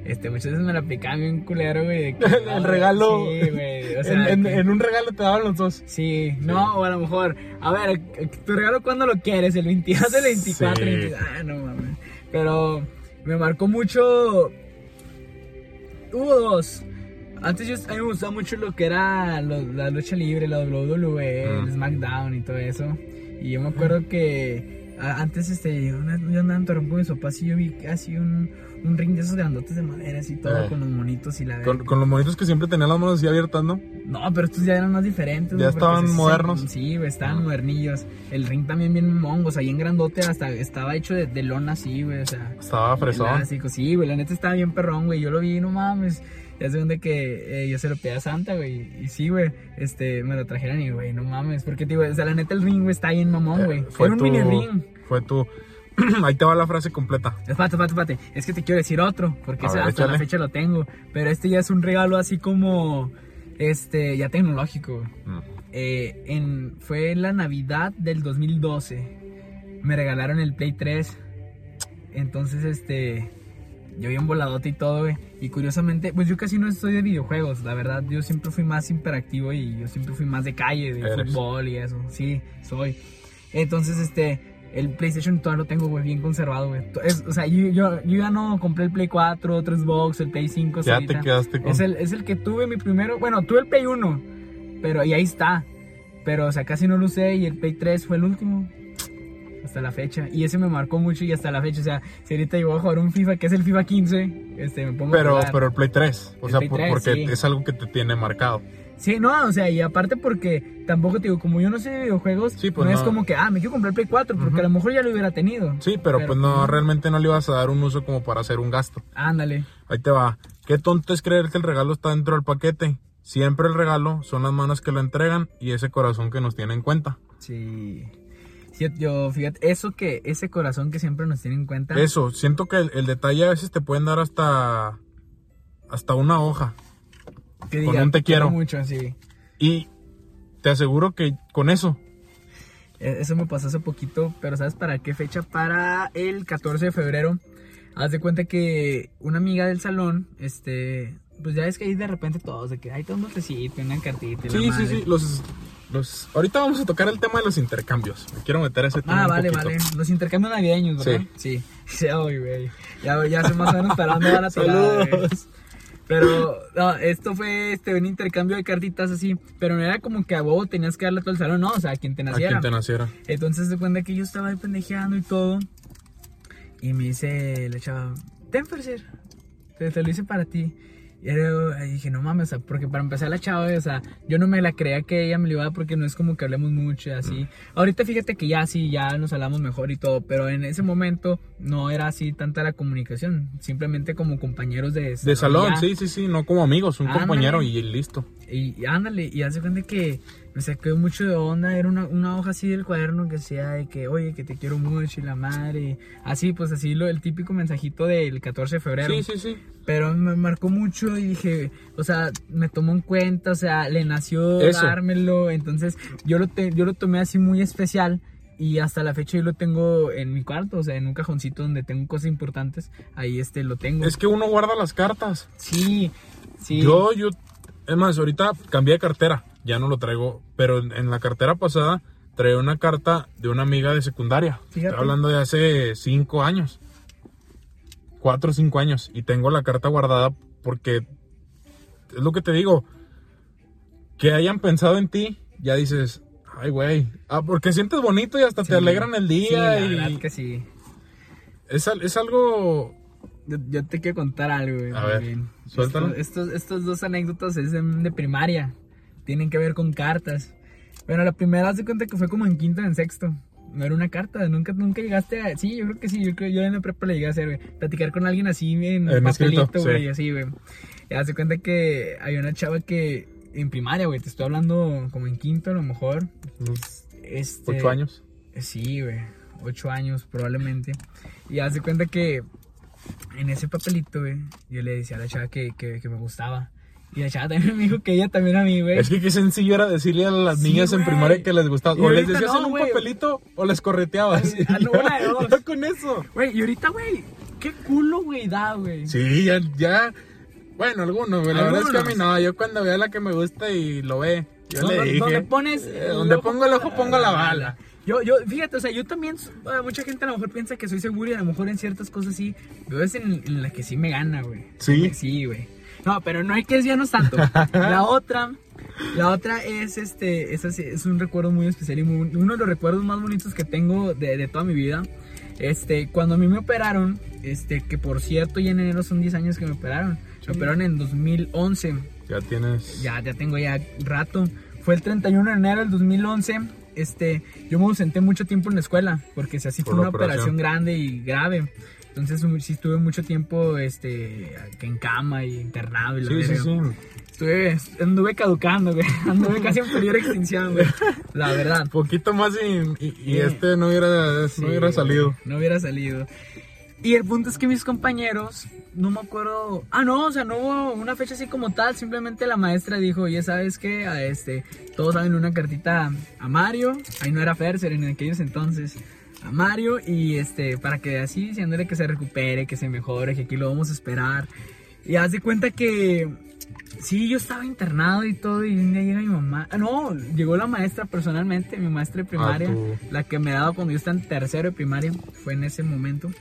Speaker 1: Este, muchas veces me la aplicaban bien culero, güey. de que-
Speaker 2: El- el regalo.
Speaker 1: Sí, güey. O sea,
Speaker 2: en, en-
Speaker 1: que-
Speaker 2: en un regalo te daban los dos.
Speaker 1: Sí, no, o a lo mejor, a ver, tu regalo cuando lo quieres, el 22 el 24,
Speaker 2: Sí.
Speaker 1: el 22, ah, no mames. Pero me marcó mucho. Hubo dos. Antes yo, a mí me gustaba mucho lo que era lo- la lucha libre, la WWE,
Speaker 2: Ah.
Speaker 1: el SmackDown y todo eso. Y yo me acuerdo que a- antes este, una, yo andaba en Torreón con mis papás y yo vi así un, un ring de esos grandotes de madera, así todo
Speaker 2: Eh.
Speaker 1: con los monitos y la
Speaker 2: Con, con los monitos que siempre tenían las manos así abiertas, ¿no?
Speaker 1: no, pero estos ya eran más diferentes.
Speaker 2: Ya
Speaker 1: güey, porque
Speaker 2: estaban
Speaker 1: se- se-
Speaker 2: modernos.
Speaker 1: Sí, güey, estaban
Speaker 2: Ah.
Speaker 1: modernillos. El ring también bien mongos. Ahí en grandote hasta estaba hecho de, de lona así, güey. O sea,
Speaker 2: Estaba fresón.
Speaker 1: plástico. Sí, güey, la neta estaba bien perrón, güey. Yo lo vi, no mames. Ya sé dónde que eh, yo se lo pedí a Santa, güey. Y sí, güey, este, me lo trajeron y, güey, no mames. Porque, digo, o sea, la neta el ring, güey, está bien mamón,
Speaker 2: Eh,
Speaker 1: güey.
Speaker 2: fue
Speaker 1: Era un
Speaker 2: tu-
Speaker 1: mini ring.
Speaker 2: Fue tu... Ahí te va la frase completa.
Speaker 1: Espérate, espérate, espérate. Es que te quiero decir otro, porque
Speaker 2: A
Speaker 1: ese
Speaker 2: ver,
Speaker 1: hasta la
Speaker 2: échale.
Speaker 1: fecha lo tengo. Pero este ya es un regalo así como, este, ya tecnológico, güey.
Speaker 2: Mm.
Speaker 1: eh, en, fue la Navidad del 2012. Me regalaron el Play 3. Entonces, este. Yo vi un voladote y todo, güey. Y curiosamente, pues yo casi no estoy de videojuegos, la verdad. Yo siempre fui más imperactivo y yo siempre fui más de calle, de
Speaker 2: Eres.
Speaker 1: fútbol y eso. Sí, soy. Entonces, este. El PlayStation todavía lo tengo, güey, bien conservado, güey. To- es- O sea, yo, yo, yo ya no compré el Play 4, otro Xbox, el Play 5.
Speaker 2: Ya
Speaker 1: Pues ahorita.
Speaker 2: te quedaste con...
Speaker 1: Es el, es el que tuve mi primero. Bueno, tuve el Play 1. Pero, y ahí está. Pero, o sea, casi no lo usé. Y el Play 3 fue el último. Hasta la fecha. Y ese me marcó mucho. Y hasta la fecha. O sea, si ahorita yo voy a jugar un FIFA, que es el FIFA 15, este, me pongo a
Speaker 2: Pero,
Speaker 1: jugar.
Speaker 2: pero el Play 3. O
Speaker 1: El
Speaker 2: sea,
Speaker 1: Play
Speaker 2: por-
Speaker 1: 3,
Speaker 2: porque
Speaker 1: sí.
Speaker 2: es algo que te tiene marcado.
Speaker 1: Sí, no, o sea, y aparte porque tampoco te digo, como yo no sé de videojuegos,
Speaker 2: Sí, pues
Speaker 1: no, es
Speaker 2: no.
Speaker 1: como que, ah, me quiero comprar el Play 4, porque
Speaker 2: Ujú.
Speaker 1: a lo mejor ya lo hubiera tenido.
Speaker 2: Sí, pero,
Speaker 1: Pero-
Speaker 2: pues no, realmente no le ibas a dar un uso como para hacer un gasto.
Speaker 1: Ándale.
Speaker 2: Ahí te va. Qué tonto es creer que el regalo está dentro del paquete. Siempre el regalo son las manos que lo entregan y ese corazón que nos tiene en cuenta.
Speaker 1: Sí. Sí, yo, fíjate, eso que, ese corazón que siempre nos tiene en cuenta.
Speaker 2: Eso, siento que el, el detalle a veces te pueden dar hasta hasta una hoja.
Speaker 1: que
Speaker 2: con un te quiero.
Speaker 1: mucho, sí.
Speaker 2: Y te aseguro que con eso,
Speaker 1: Eh, Eso me pasó hace poquito, pero ¿sabes para qué fecha? Para el 14 de febrero. Haz de cuenta que una amiga del salón, este, pues ya es que ahí de repente todos, de que hay todo un botecito, una cartita. y la
Speaker 2: sí, sí,
Speaker 1: madre.
Speaker 2: sí, los, los... Ahorita vamos a tocar el tema de los intercambios. Me quiero meter a ese
Speaker 1: Ah,
Speaker 2: tema. un
Speaker 1: vale,
Speaker 2: poquito.
Speaker 1: vale. Los intercambios navideños, ¿verdad? Sí. Sí. ay, güey. Ya, ya sé más o menos para dónde va la tirada, güey.
Speaker 2: Saludos.
Speaker 1: Pero, no, esto fue este, un intercambio de cartitas así. Pero no era como que a huevo tenías que darle a todo el salón, no, o sea, a quien te
Speaker 2: A
Speaker 1: naciera.
Speaker 2: quien te naciera.
Speaker 1: Entonces se cuenta que yo estaba ahí pendejeando y todo. Y me dice la chava, ten Ferser, te, te lo hice para ti. Y era- y dije, no mames, o sea, porque para empezar la chava, o sea, yo no me la creía que ella me lo iba a dar porque no es como que hablemos mucho y así. Ahorita fíjate que ya sí, ya nos hablamos mejor y todo, pero en ese momento no era así tanta la comunicación, simplemente como compañeros de
Speaker 2: De salón,
Speaker 1: ya.
Speaker 2: sí, sí, sí, no como amigos, un
Speaker 1: Ándale.
Speaker 2: compañero y listo.
Speaker 1: Y, y ándale, y hace cuenta que me sacó mucho de onda. Era una, una hoja así del cuaderno que decía de que, oye, que te quiero mucho y la madre. Así, pues así, lo, el típico mensajito del 14 de febrero.
Speaker 2: Sí, sí, sí.
Speaker 1: Pero me marcó mucho y dije, o sea, me tomó en cuenta, o sea, le nació
Speaker 2: Eso.
Speaker 1: dármelo. Entonces, yo lo, te- yo lo tomé así muy especial. Y hasta la fecha yo lo tengo en mi cuarto, o sea, en un cajoncito donde tengo cosas importantes. Ahí este lo tengo.
Speaker 2: Es que uno guarda las cartas.
Speaker 1: Sí, sí.
Speaker 2: Yo, yo, es más, ahorita cambié de cartera, ya no lo traigo, pero en, en la cartera pasada traía una carta de una amiga de secundaria.
Speaker 1: Fíjate.
Speaker 2: Estoy hablando de hace cinco años. Cuatro o cinco años. Y tengo la carta guardada porque es lo que te digo. Que hayan pensado en ti, ya dices, ay, güey. Ah, porque sientes bonito y hasta te alegran el
Speaker 1: Sí, la
Speaker 2: día. y
Speaker 1: verdad que sí.
Speaker 2: es, al- es algo.
Speaker 1: Yo, yo te quiero contar algo, güey.
Speaker 2: A
Speaker 1: muy
Speaker 2: ver,
Speaker 1: bien.
Speaker 2: suéltalo.
Speaker 1: Esto- Estos, estos dos anécdotas es de, de primaria. Tienen que ver con cartas. Bueno, la primera se cuenta que fue como en quinto o en sexto. No era una carta, nunca, nunca llegaste a. Sí, yo creo que sí, yo creo yo en la prepa le llegué a hacer, güey. Platicar con alguien así en,
Speaker 2: En
Speaker 1: papelito,
Speaker 2: escrito, sí.
Speaker 1: güey, así, güey. Ya se cuenta que había una chava que en primaria, güey, te estoy hablando como en quinto a lo mejor. Este,
Speaker 2: pues, Ocho años.
Speaker 1: Sí, güey. Ocho años probablemente. Y hace cuenta que en ese papelito, güey, yo le decía a la chava que, que, que me gustaba. Y la chava también me dijo que ella también a mí, güey.
Speaker 2: Es que qué sencillo era decirle a las
Speaker 1: Sí,
Speaker 2: niñas en
Speaker 1: güey.
Speaker 2: primaria que les gustaba.
Speaker 1: Y
Speaker 2: O les
Speaker 1: ahorita
Speaker 2: decías
Speaker 1: no,
Speaker 2: en un
Speaker 1: güey.
Speaker 2: papelito o les correteabas.
Speaker 1: Ah, no, una de dos.
Speaker 2: Ya con eso.
Speaker 1: Güey, y ahorita, güey, qué culo, güey, da, güey.
Speaker 2: Sí, ya, ya. Bueno, algunos, güey. La verdad es que a mí
Speaker 1: Algunos.
Speaker 2: no. Yo cuando veo a la que me gusta y lo ve, yo
Speaker 1: Donde-
Speaker 2: le dije.
Speaker 1: donde pones
Speaker 2: eh,
Speaker 1: el
Speaker 2: donde
Speaker 1: ojo,
Speaker 2: pongo el ojo, pongo la bala.
Speaker 1: Yo, yo, fíjate, o sea, yo también, ah, mucha gente a lo mejor piensa que soy seguro y a lo mejor en ciertas cosas sí, pero es en, en la que sí me gana, güey.
Speaker 2: ¿Sí?
Speaker 1: Pues Sí, güey. No, pero no hay que desviarnos tanto. La otra, la otra es este, es, así- es un recuerdo muy especial y muy- uno de los recuerdos más bonitos que tengo de, de toda mi vida. Este, cuando a mí me operaron, este, que por cierto ya en enero son 10 años que me operaron.
Speaker 2: Sí.
Speaker 1: Me operaron en 2011
Speaker 2: Ya tienes.
Speaker 1: ya, ya tengo ya rato. Fue el 31 de enero del 2011. Este, yo me ausenté mucho tiempo en la escuela porque si así
Speaker 2: Por
Speaker 1: fue una
Speaker 2: la operación.
Speaker 1: operación. grande y grave. Entonces mu- sí estuve mucho tiempo este que en cama y internado y la
Speaker 2: Sí, sí,
Speaker 1: verga.
Speaker 2: sí.
Speaker 1: Estuve anduve caducando, güey. Anduve casi en peligro de extinción, güey. La verdad.
Speaker 2: Poquito más y, y- y
Speaker 1: Sí.
Speaker 2: este no hubiera,
Speaker 1: Sí,
Speaker 2: no hubiera salido.
Speaker 1: No hubiera salido. Y el punto es que mis compañeros, no me acuerdo. Ah, no, o sea, no hubo una fecha así como tal. Simplemente la maestra dijo, oye, ¿sabes qué? A este, todos saben una cartita a Mario. Ahí no era Ferser en aquellos entonces. A Mario. Y este, para que así, diciéndole que se recupere, que se mejore, que aquí lo vamos a esperar. Y haz de cuenta que. Sí, yo estaba internado y todo, y un día llega mi mamá. Ah, no, llegó la maestra personalmente, mi
Speaker 2: Ah,
Speaker 1: maestra de primaria.
Speaker 2: tu-
Speaker 1: La que me daba cuando yo estaba en tercero de primaria, fue en ese momento.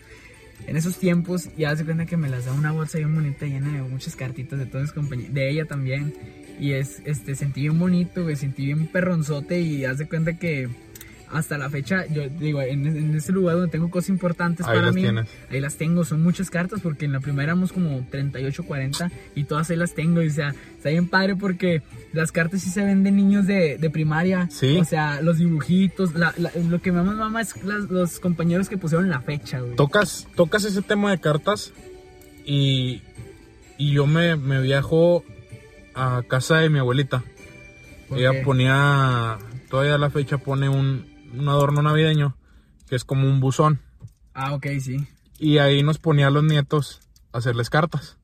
Speaker 1: En esos tiempos, y hace cuenta que me las da una bolsa bien bonita llena de muchas cartitas de todos mis compañeros, de ella también. Y es, este, sentí bien bonito, güey, sentí bien perronzote y hace cuenta que hasta la fecha, yo digo, en, en ese lugar donde tengo cosas importantes
Speaker 2: Ahí
Speaker 1: para
Speaker 2: las
Speaker 1: mí,
Speaker 2: tienes.
Speaker 1: ahí las tengo, son muchas cartas porque en la primera éramos como 38, 40 y todas ahí las tengo. Y o sea, está bien padre porque las cartas sí se ven de niños de, de primaria.
Speaker 2: Sí.
Speaker 1: O sea, los dibujitos, la- la- lo que más mamá es las- los compañeros que pusieron la fecha, güey.
Speaker 2: tocas, tocas ese tema de cartas y, y yo me, me viajo a casa de mi abuelita.
Speaker 1: ¿Por
Speaker 2: Ella
Speaker 1: qué?
Speaker 2: ponía, todavía a la fecha pone un, un adorno navideño que es como un buzón.
Speaker 1: Ah, ok, sí.
Speaker 2: Y ahí nos ponía a los nietos a hacerles cartas.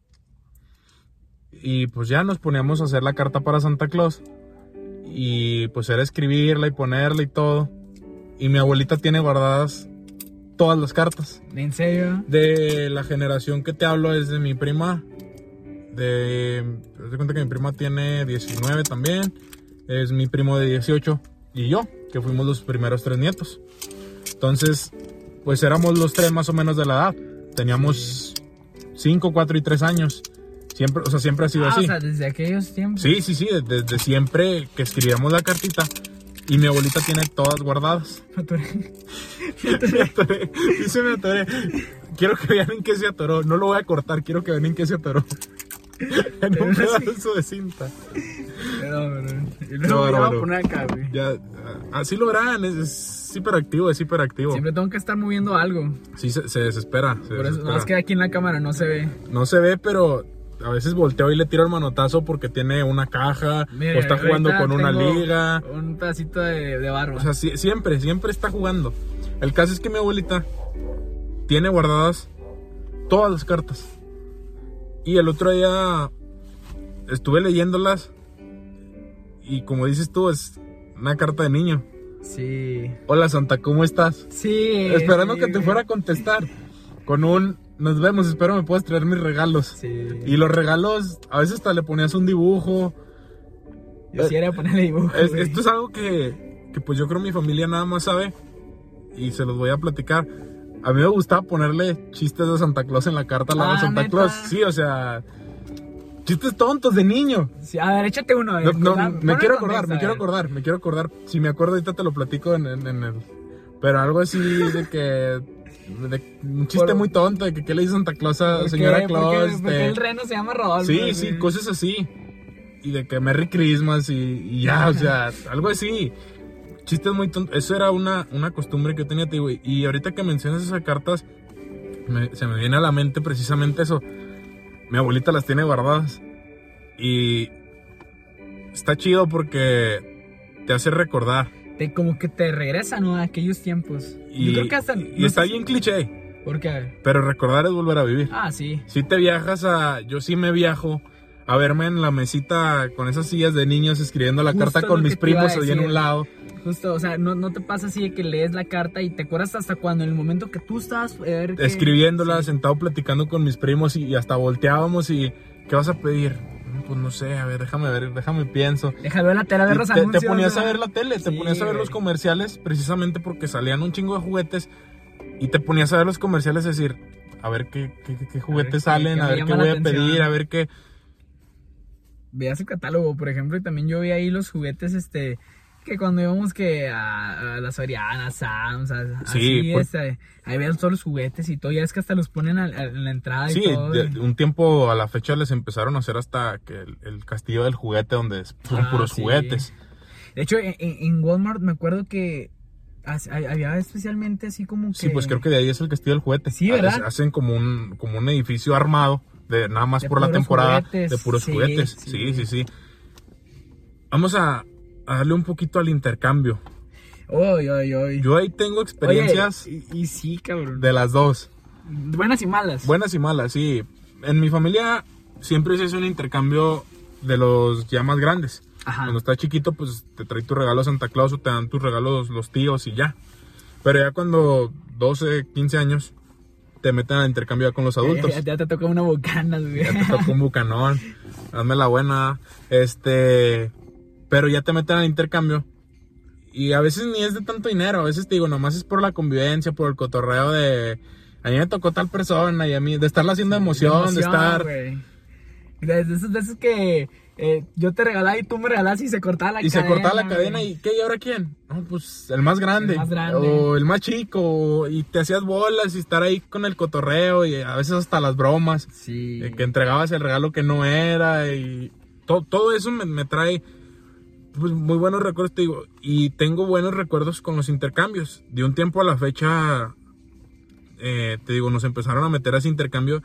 Speaker 2: Y pues ya nos poníamos a hacer la carta para Santa Claus. Y pues era escribirla y ponerla y todo. Y mi abuelita tiene guardadas todas las cartas.
Speaker 1: ¿En serio?
Speaker 2: De la generación que te hablo es de mi prima. De. Te cuenta que mi prima tiene 19 también. Es mi primo de 18. Y yo, que fuimos los primeros tres nietos. Entonces, pues éramos los tres más o menos de la edad. Teníamos 5, 4 y 3 años. Siempre, o sea, siempre ha sido
Speaker 1: Ah,
Speaker 2: así.
Speaker 1: o sea, desde aquellos tiempos.
Speaker 2: Sí, sí, sí, desde, desde siempre que escribíamos la cartita. Y mi abuelita tiene todas guardadas.
Speaker 1: No, tú-
Speaker 2: Me atoré, sí se me atoré. Quiero que vean en qué se atoró. No lo voy a cortar, quiero que vean en qué se atoró. En un
Speaker 1: Pero sí.
Speaker 2: pedazo de cinta.
Speaker 1: No, no, no. Y luego
Speaker 2: No,
Speaker 1: ya voy
Speaker 2: bárbaro.
Speaker 1: a poner acá, güey.
Speaker 2: Ya, ah, así lo verán, es, es hiperactivo, es hiperactivo.
Speaker 1: Siempre tengo que estar moviendo algo.
Speaker 2: Sí, se, se desespera. se
Speaker 1: Por eso,
Speaker 2: desespera.
Speaker 1: nada más que aquí en la cámara no se ve.
Speaker 2: No se ve, pero a veces volteo y le tiro el manotazo porque tiene una caja
Speaker 1: Mira,
Speaker 2: o está jugando
Speaker 1: ahorita
Speaker 2: con una
Speaker 1: tengo
Speaker 2: liga.
Speaker 1: Un pedacito de, de barba.
Speaker 2: O sea, sí- siempre, siempre está jugando. El caso es que mi abuelita tiene guardadas todas las cartas. Y el otro día estuve leyéndolas. Y como dices tú, es una carta de niño.
Speaker 1: sí.
Speaker 2: Hola Santa, ¿cómo estás?
Speaker 1: Sí.
Speaker 2: Esperando
Speaker 1: sí,
Speaker 2: que te
Speaker 1: güey.
Speaker 2: fuera a contestar. Con un nos vemos, espero me puedas traer mis regalos.
Speaker 1: Sí.
Speaker 2: Y los regalos, a veces hasta le ponías un dibujo.
Speaker 1: Yo sí era ponerle dibujo.
Speaker 2: eh, Es-
Speaker 1: güey.
Speaker 2: esto es algo que, que que pues yo creo mi familia nada más sabe y se los voy a platicar. A mí me gustaba ponerle chistes de Santa Claus en la carta a la de
Speaker 1: Ah,
Speaker 2: Santa
Speaker 1: ¿neta?
Speaker 2: Claus. Sí, o sea, chistes tontos de niño.
Speaker 1: Sí, a ver, échate uno. a ver,
Speaker 2: No, no,
Speaker 1: da-
Speaker 2: me
Speaker 1: ponlo
Speaker 2: quiero
Speaker 1: en
Speaker 2: acordar,
Speaker 1: contexto,
Speaker 2: me
Speaker 1: a
Speaker 2: quiero
Speaker 1: ver.
Speaker 2: acordar, me quiero acordar. Si me acuerdo ahorita te lo platico en, en- en el... Pero algo así de que... de- un chiste
Speaker 1: Por-
Speaker 2: muy tonto de que qué le dice Santa Claus a
Speaker 1: ¿Por
Speaker 2: señora
Speaker 1: qué? ¿Por
Speaker 2: Claus.
Speaker 1: qué?
Speaker 2: este,
Speaker 1: ¿Por qué el reno se llama Rodolfo.
Speaker 2: Sí, sí, cosas así. Y de que Merry Christmas y, y ya, o sea, algo así. Chistes muy tontos. Eso era una, una costumbre que yo tenía, te digo, y- Y ahorita que mencionas esas cartas, me- se me viene a la mente precisamente eso. Mi abuelita las tiene guardadas. Y está chido porque te hace recordar.
Speaker 1: Te- como que te regresa, ¿no? A aquellos tiempos.
Speaker 2: Y,
Speaker 1: Yo creo que hasta.
Speaker 2: y
Speaker 1: no
Speaker 2: está
Speaker 1: sé si-
Speaker 2: bien cliché,
Speaker 1: ¿Por qué?
Speaker 2: pero recordar es volver a vivir.
Speaker 1: Ah, sí.
Speaker 2: Si te viajas a. Yo sí me viajo a verme en la mesita con esas sillas de niños escribiendo la
Speaker 1: Justo
Speaker 2: carta
Speaker 1: lo
Speaker 2: con mis
Speaker 1: que te iba a
Speaker 2: primos ahí en
Speaker 1: decir.
Speaker 2: un lado.
Speaker 1: Justo, o sea, no, no te pasa así de que lees la carta y te acuerdas hasta cuando, en el momento que tú estabas. eh, a ver que-
Speaker 2: Escribiéndola,
Speaker 1: Sí.
Speaker 2: sentado platicando con mis primos y, y hasta volteábamos y. ¿Qué vas a pedir? "Mm, Pues no sé, a ver, déjame ver, déjame pienso.
Speaker 1: Déjalo en la tela de
Speaker 2: Y
Speaker 1: los
Speaker 2: te, te
Speaker 1: anuncios,
Speaker 2: ponías a
Speaker 1: ¿no?
Speaker 2: ver la tele, te
Speaker 1: Sí,
Speaker 2: ponías a ver los
Speaker 1: güey.
Speaker 2: comerciales precisamente porque salían un chingo de juguetes y te ponías a ver los comerciales y decir, a ver qué, qué, qué- qué juguetes
Speaker 1: qué-
Speaker 2: salen,
Speaker 1: qué
Speaker 2: a
Speaker 1: me
Speaker 2: ver qué
Speaker 1: llama
Speaker 2: voy
Speaker 1: la
Speaker 2: a pedir,
Speaker 1: atención.
Speaker 2: a ver qué.
Speaker 1: veías el catálogo, por ejemplo, y también yo vi ahí los juguetes, este, que cuando íbamos que a, a las Soriana, Sam's, a-
Speaker 2: Sí,
Speaker 1: así,
Speaker 2: pues. por-
Speaker 1: este, ahí veían todos los juguetes y todo, ya es que hasta los ponen al- al- en la entrada
Speaker 2: Sí,
Speaker 1: y todo.
Speaker 2: de-
Speaker 1: y-
Speaker 2: de un tiempo a la fecha les empezaron a hacer hasta que el, el castillo del juguete donde es- son
Speaker 1: Ah,
Speaker 2: puros
Speaker 1: sí.
Speaker 2: juguetes.
Speaker 1: De hecho, en, en- en Walmart me acuerdo que as- hay- había especialmente así como que...
Speaker 2: Sí, pues creo que de ahí es el castillo del juguete.
Speaker 1: Sí,
Speaker 2: Ha-
Speaker 1: ¿verdad?
Speaker 2: Hacen como un, como un edificio armado de nada más
Speaker 1: De
Speaker 2: por la
Speaker 1: puros
Speaker 2: temporada
Speaker 1: juguetes.
Speaker 2: de puros
Speaker 1: Sí,
Speaker 2: juguetes. Sí,
Speaker 1: sí.
Speaker 2: sí, sí. Vamos a, a darle un poquito al intercambio.
Speaker 1: Oy, oy, oy.
Speaker 2: Yo ahí tengo experiencias
Speaker 1: Oye, y, y sí, cabrón.
Speaker 2: de las dos,
Speaker 1: Buenas y malas.
Speaker 2: buenas y malas, sí. En mi familia siempre se hace un intercambio de los ya más grandes.
Speaker 1: Ajá.
Speaker 2: Cuando estás chiquito, pues te trae tu regalo Santa Claus o te dan tus regalos los tíos y ya. Pero ya cuando 12, 15 años, te meten al intercambio ya con los adultos.
Speaker 1: Ya, ya te toca una bocana, güey.
Speaker 2: Ya te tocó un bucanón. Hazme la buena. Este. Pero ya te meten al intercambio. Y a veces ni es de tanto dinero. A veces te digo, nomás es por la convivencia, por el cotorreo de. A mí me tocó tal persona y a mí. De estarla haciendo emoción, de, estar.
Speaker 1: güey. De de esas veces que eh, yo te regalaba y tú me regalabas y se cortaba la
Speaker 2: y se
Speaker 1: cadena.
Speaker 2: cortaba la cadena
Speaker 1: güey.
Speaker 2: y ¿qué? ¿Y ahora quién? No, pues el más grande.
Speaker 1: El más grande.
Speaker 2: O el más chico. Y te hacías bolas y estar ahí con el cotorreo y a veces hasta las bromas.
Speaker 1: Sí.
Speaker 2: Eh, que entregabas el regalo que no era y to- todo eso me, me trae pues, muy buenos recuerdos, te digo, y tengo buenos recuerdos con los intercambios. De un tiempo a la fecha, eh, te digo, nos empezaron a meter a ese intercambio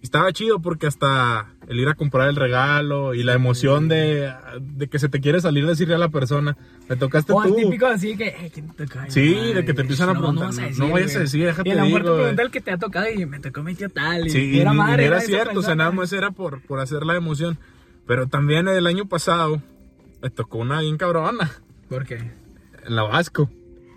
Speaker 2: y estaba chido porque hasta el ir a comprar el regalo y la emoción de, de que se te quiere salir decirle a la persona, me tocaste
Speaker 1: O el
Speaker 2: tú.
Speaker 1: típico así que, eh, ¿quién te toca?
Speaker 2: Sí,
Speaker 1: Ay,
Speaker 2: de que te empiezan a
Speaker 1: no,
Speaker 2: preguntar,
Speaker 1: No,
Speaker 2: no,
Speaker 1: vayas
Speaker 2: no vayas a decir, déjate
Speaker 1: Y a lo mejor
Speaker 2: digo,
Speaker 1: te
Speaker 2: eh.
Speaker 1: pregunta el que te ha tocado y me tocó mi tío tal. Y
Speaker 2: Sí, y
Speaker 1: era
Speaker 2: ni-
Speaker 1: madre.
Speaker 2: ni era
Speaker 1: esa
Speaker 2: cierto, o sea,
Speaker 1: persona.
Speaker 2: nada más era por, por hacer la emoción. Pero también el año pasado me tocó una bien cabrona
Speaker 1: ¿Por qué?
Speaker 2: en la Vasco.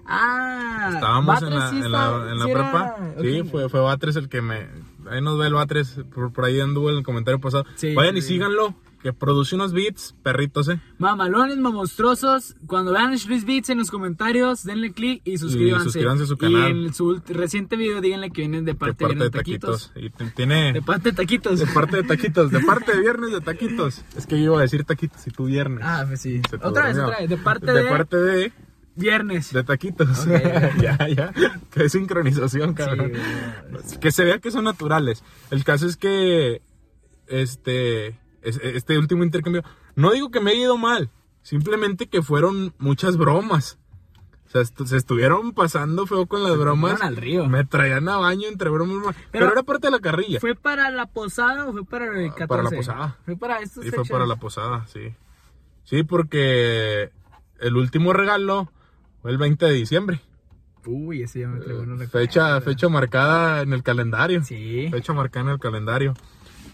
Speaker 1: Ah.
Speaker 2: Estábamos en
Speaker 1: Batres
Speaker 2: la,
Speaker 1: sí
Speaker 2: en la-
Speaker 1: está-
Speaker 2: en la
Speaker 1: sí era-
Speaker 2: prepa. Sí,
Speaker 1: ok.
Speaker 2: fue, fue Batres el que me. Ahí nos ve el Batres, por, por ahí anduvo en el comentario pasado.
Speaker 1: Sí,
Speaker 2: Vayan y
Speaker 1: sí.
Speaker 2: síganlo, que produce unos beats, perritos, ¿eh?
Speaker 1: Mamalones, mamostrosos. Cuando vean Luis Beats en los comentarios, denle click y suscríbanse.
Speaker 2: suscríbanse a su canal.
Speaker 1: Y en su ult- reciente video, díganle que vienen de parte
Speaker 2: de parte de
Speaker 1: Viernes
Speaker 2: taquitos.
Speaker 1: taquitos.
Speaker 2: Y t- tiene.
Speaker 1: De parte de taquitos.
Speaker 2: De parte de taquitos, de parte de viernes de taquitos. Es que yo iba a decir taquitos y tú viernes.
Speaker 1: Ah, pues sí.
Speaker 2: Se te
Speaker 1: Otra vez,
Speaker 2: durmió.
Speaker 1: otra vez. De parte de,
Speaker 2: De parte de.
Speaker 1: Viernes.
Speaker 2: De taquitos.
Speaker 1: Ok, ya.
Speaker 2: ya, ya. Qué sincronización, cabrón. que se vea que son naturales. El caso es que este, es- este último intercambio, no digo que me haya ido mal, simplemente que fueron muchas bromas. O sea, estu- se estuvieron pasando feo con las bromas.
Speaker 1: fueron al río.
Speaker 2: Me traían a baño entre bromas. y bromas. Pero,
Speaker 1: Pero-
Speaker 2: era parte de la carrilla.
Speaker 1: ¿Fue para la posada o fue para el 14?
Speaker 2: Ah, para la posada.
Speaker 1: Fue para estos
Speaker 2: Y fue
Speaker 1: hechos.
Speaker 2: para la posada, sí. Sí, porque el último regalo fue el 20 de diciembre.
Speaker 1: Uy, ese ya me traigo no recuerdo.
Speaker 2: Fecha, fecha marcada en el calendario.
Speaker 1: Sí.
Speaker 2: Fecha marcada en el calendario.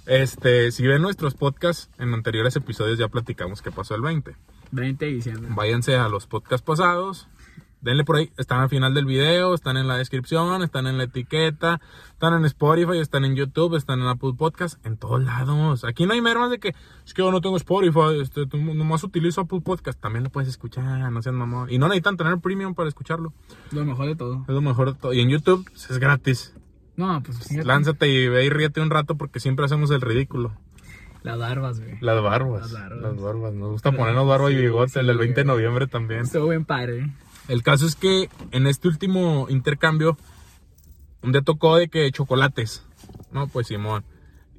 Speaker 2: Este, si ven nuestros podcasts, en anteriores episodios ya platicamos qué pasó el 20.
Speaker 1: 20 de diciembre.
Speaker 2: Váyanse a los podcasts pasados denle por ahí. Están al final del video, están en la descripción, están en la etiqueta, están en Spotify, están en YouTube, están en Apple Podcast, en todos lados. Aquí no hay mermas de que es que yo no tengo Spotify, este, tú- nomás utilizo Apple Podcast. También lo puedes escuchar, no seas mamón. Y no necesitan tener premium para escucharlo.
Speaker 1: Lo mejor de todo.
Speaker 2: Es lo mejor de todo. Y en YouTube pues, es gratis.
Speaker 1: No, pues fíjate.
Speaker 2: Lánzate y ve y ríete un rato porque siempre hacemos el ridículo.
Speaker 1: Las barbas, güey.
Speaker 2: Las barbas.
Speaker 1: Las barbas.
Speaker 2: Las barbas. Nos gusta ponernos barba y bigote. El del 20 de noviembre también.
Speaker 1: Estuvo bien padre.
Speaker 2: El caso es que en este último intercambio, un día tocó de que chocolates. No, pues Simón.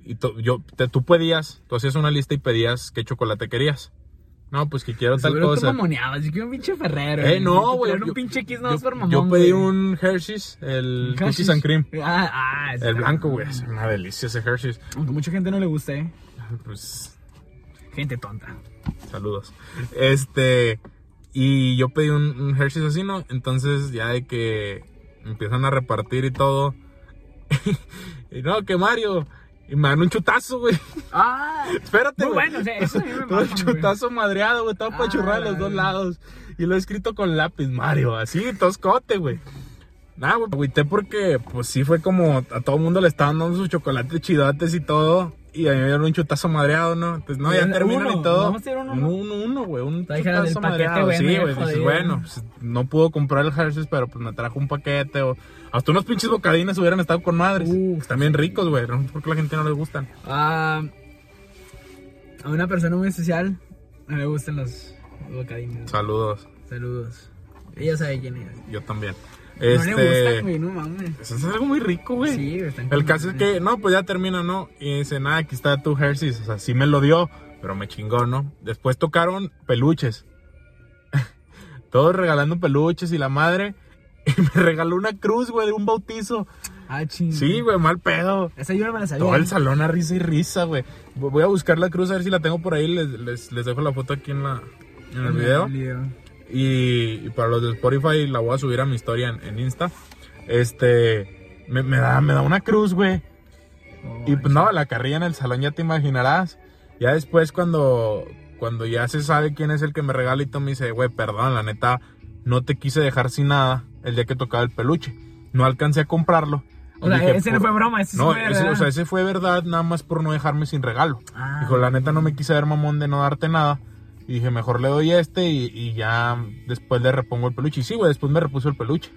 Speaker 2: Y to- yo, te- tú pedías, tú hacías una lista y pedías qué chocolate querías. No, pues que quiero tal
Speaker 1: Seguro tú
Speaker 2: cosa.
Speaker 1: mamoneabas. Yo quiero un pinche Ferrero.
Speaker 2: Eh, no,
Speaker 1: Tú
Speaker 2: güey,
Speaker 1: traer
Speaker 2: yo-
Speaker 1: un pinche X
Speaker 2: Yo,
Speaker 1: nada más por mamón.
Speaker 2: yo pedí
Speaker 1: güey.
Speaker 2: un Hershey's, el
Speaker 1: Hershey's.
Speaker 2: cookies and cream.
Speaker 1: Ah, ah, ese
Speaker 2: El
Speaker 1: está-
Speaker 2: blanco, güey, es una delicia ese Hershey's.
Speaker 1: Aunque mucha gente no le guste, ¿eh?
Speaker 2: Pues,
Speaker 1: Gente tonta.
Speaker 2: saludos. Este, y yo pedí un, un Hershey's así, ¿no? Entonces ya de que empiezan a repartir y todo. y no, que Mario. Y me dan un chutazo, güey.
Speaker 1: Ah,
Speaker 2: Espérate,
Speaker 1: Muy
Speaker 2: güey.
Speaker 1: bueno, o sea, eso a mí me
Speaker 2: Todo el
Speaker 1: mama, güey.
Speaker 2: chutazo madreado, güey. Estaba
Speaker 1: Ah,
Speaker 2: pachurrado de los
Speaker 1: la
Speaker 2: dos
Speaker 1: verga.
Speaker 2: lados. Y lo he escrito con lápiz, Mario. Así, toscote, güey. Nah, güey, me agüité porque, pues sí, fue como a todo el mundo le estaban dando sus chocolates chidotes y todo. Y a mí me dieron un chutazo madreado, ¿no? Entonces, no, ya
Speaker 1: Uno,
Speaker 2: terminan y todo.
Speaker 1: vamos a hacer uno, ¿no?
Speaker 2: uno, uno, güey. Un
Speaker 1: Está hija del
Speaker 2: chutazo
Speaker 1: paquete,
Speaker 2: madreado.
Speaker 1: güey,
Speaker 2: Sí,
Speaker 1: medio
Speaker 2: güey. Dices,
Speaker 1: jodido.
Speaker 2: bueno, pues, no pudo comprar el Hershey's, pero pues me trajo un paquete. O hasta unos pinches bocadines hubieran estado con madres.
Speaker 1: Uf,
Speaker 2: También ricos, güey. ¿no? Porque a la gente no le gustan.
Speaker 1: ah, a una persona muy especial no le gustan los los bocadines.
Speaker 2: Saludos.
Speaker 1: Saludos. Ella sabe quién es.
Speaker 2: Yo también.
Speaker 1: No le
Speaker 2: Este,
Speaker 1: gustan, güey, no mames.
Speaker 2: eso es algo muy rico, güey.
Speaker 1: Sí, güey, están
Speaker 2: El
Speaker 1: con
Speaker 2: caso es
Speaker 1: madre.
Speaker 2: que, no, pues ya termina, ¿no? Y dice, nada, aquí está tu Hershey's. O sea, sí me lo dio, pero me chingó, ¿no? Después tocaron peluches. Todos regalando peluches y la madre. Y me regaló una cruz, güey, de un bautizo.
Speaker 1: Ah, ching.
Speaker 2: Sí, güey, mal pedo.
Speaker 1: Esa yo no me la sabía.
Speaker 2: Todo el salón a risa y risa, güey. Vo- Voy a buscar la cruz a ver si la tengo por ahí. Les, les, les dejo la foto aquí en, la, en el video. Y, y para los de Spotify la voy a subir a mi historia en, en Insta. Este, me, me da, me da una cruz, güey.
Speaker 1: Oh,
Speaker 2: Y pues no, la carrilla en el salón ya te imaginarás. Ya después cuando, cuando ya se sabe quién es el que me regala y todo me dice, güey, perdón, la neta, no te quise dejar sin nada el día que tocaba el peluche. No alcancé a comprarlo.
Speaker 1: O sea,
Speaker 2: Dije,
Speaker 1: ese no
Speaker 2: "Por-
Speaker 1: fue broma, ese
Speaker 2: No,
Speaker 1: sí fue
Speaker 2: ese,
Speaker 1: verdad.
Speaker 2: o sea, ese fue verdad nada más por no dejarme sin regalo.
Speaker 1: Ah.
Speaker 2: Dijo, la neta no me quise ver mamón de no darte nada. Y dije, mejor le doy este y, y ya después le repongo el peluche. Y sí, güey, después me repuso el peluche.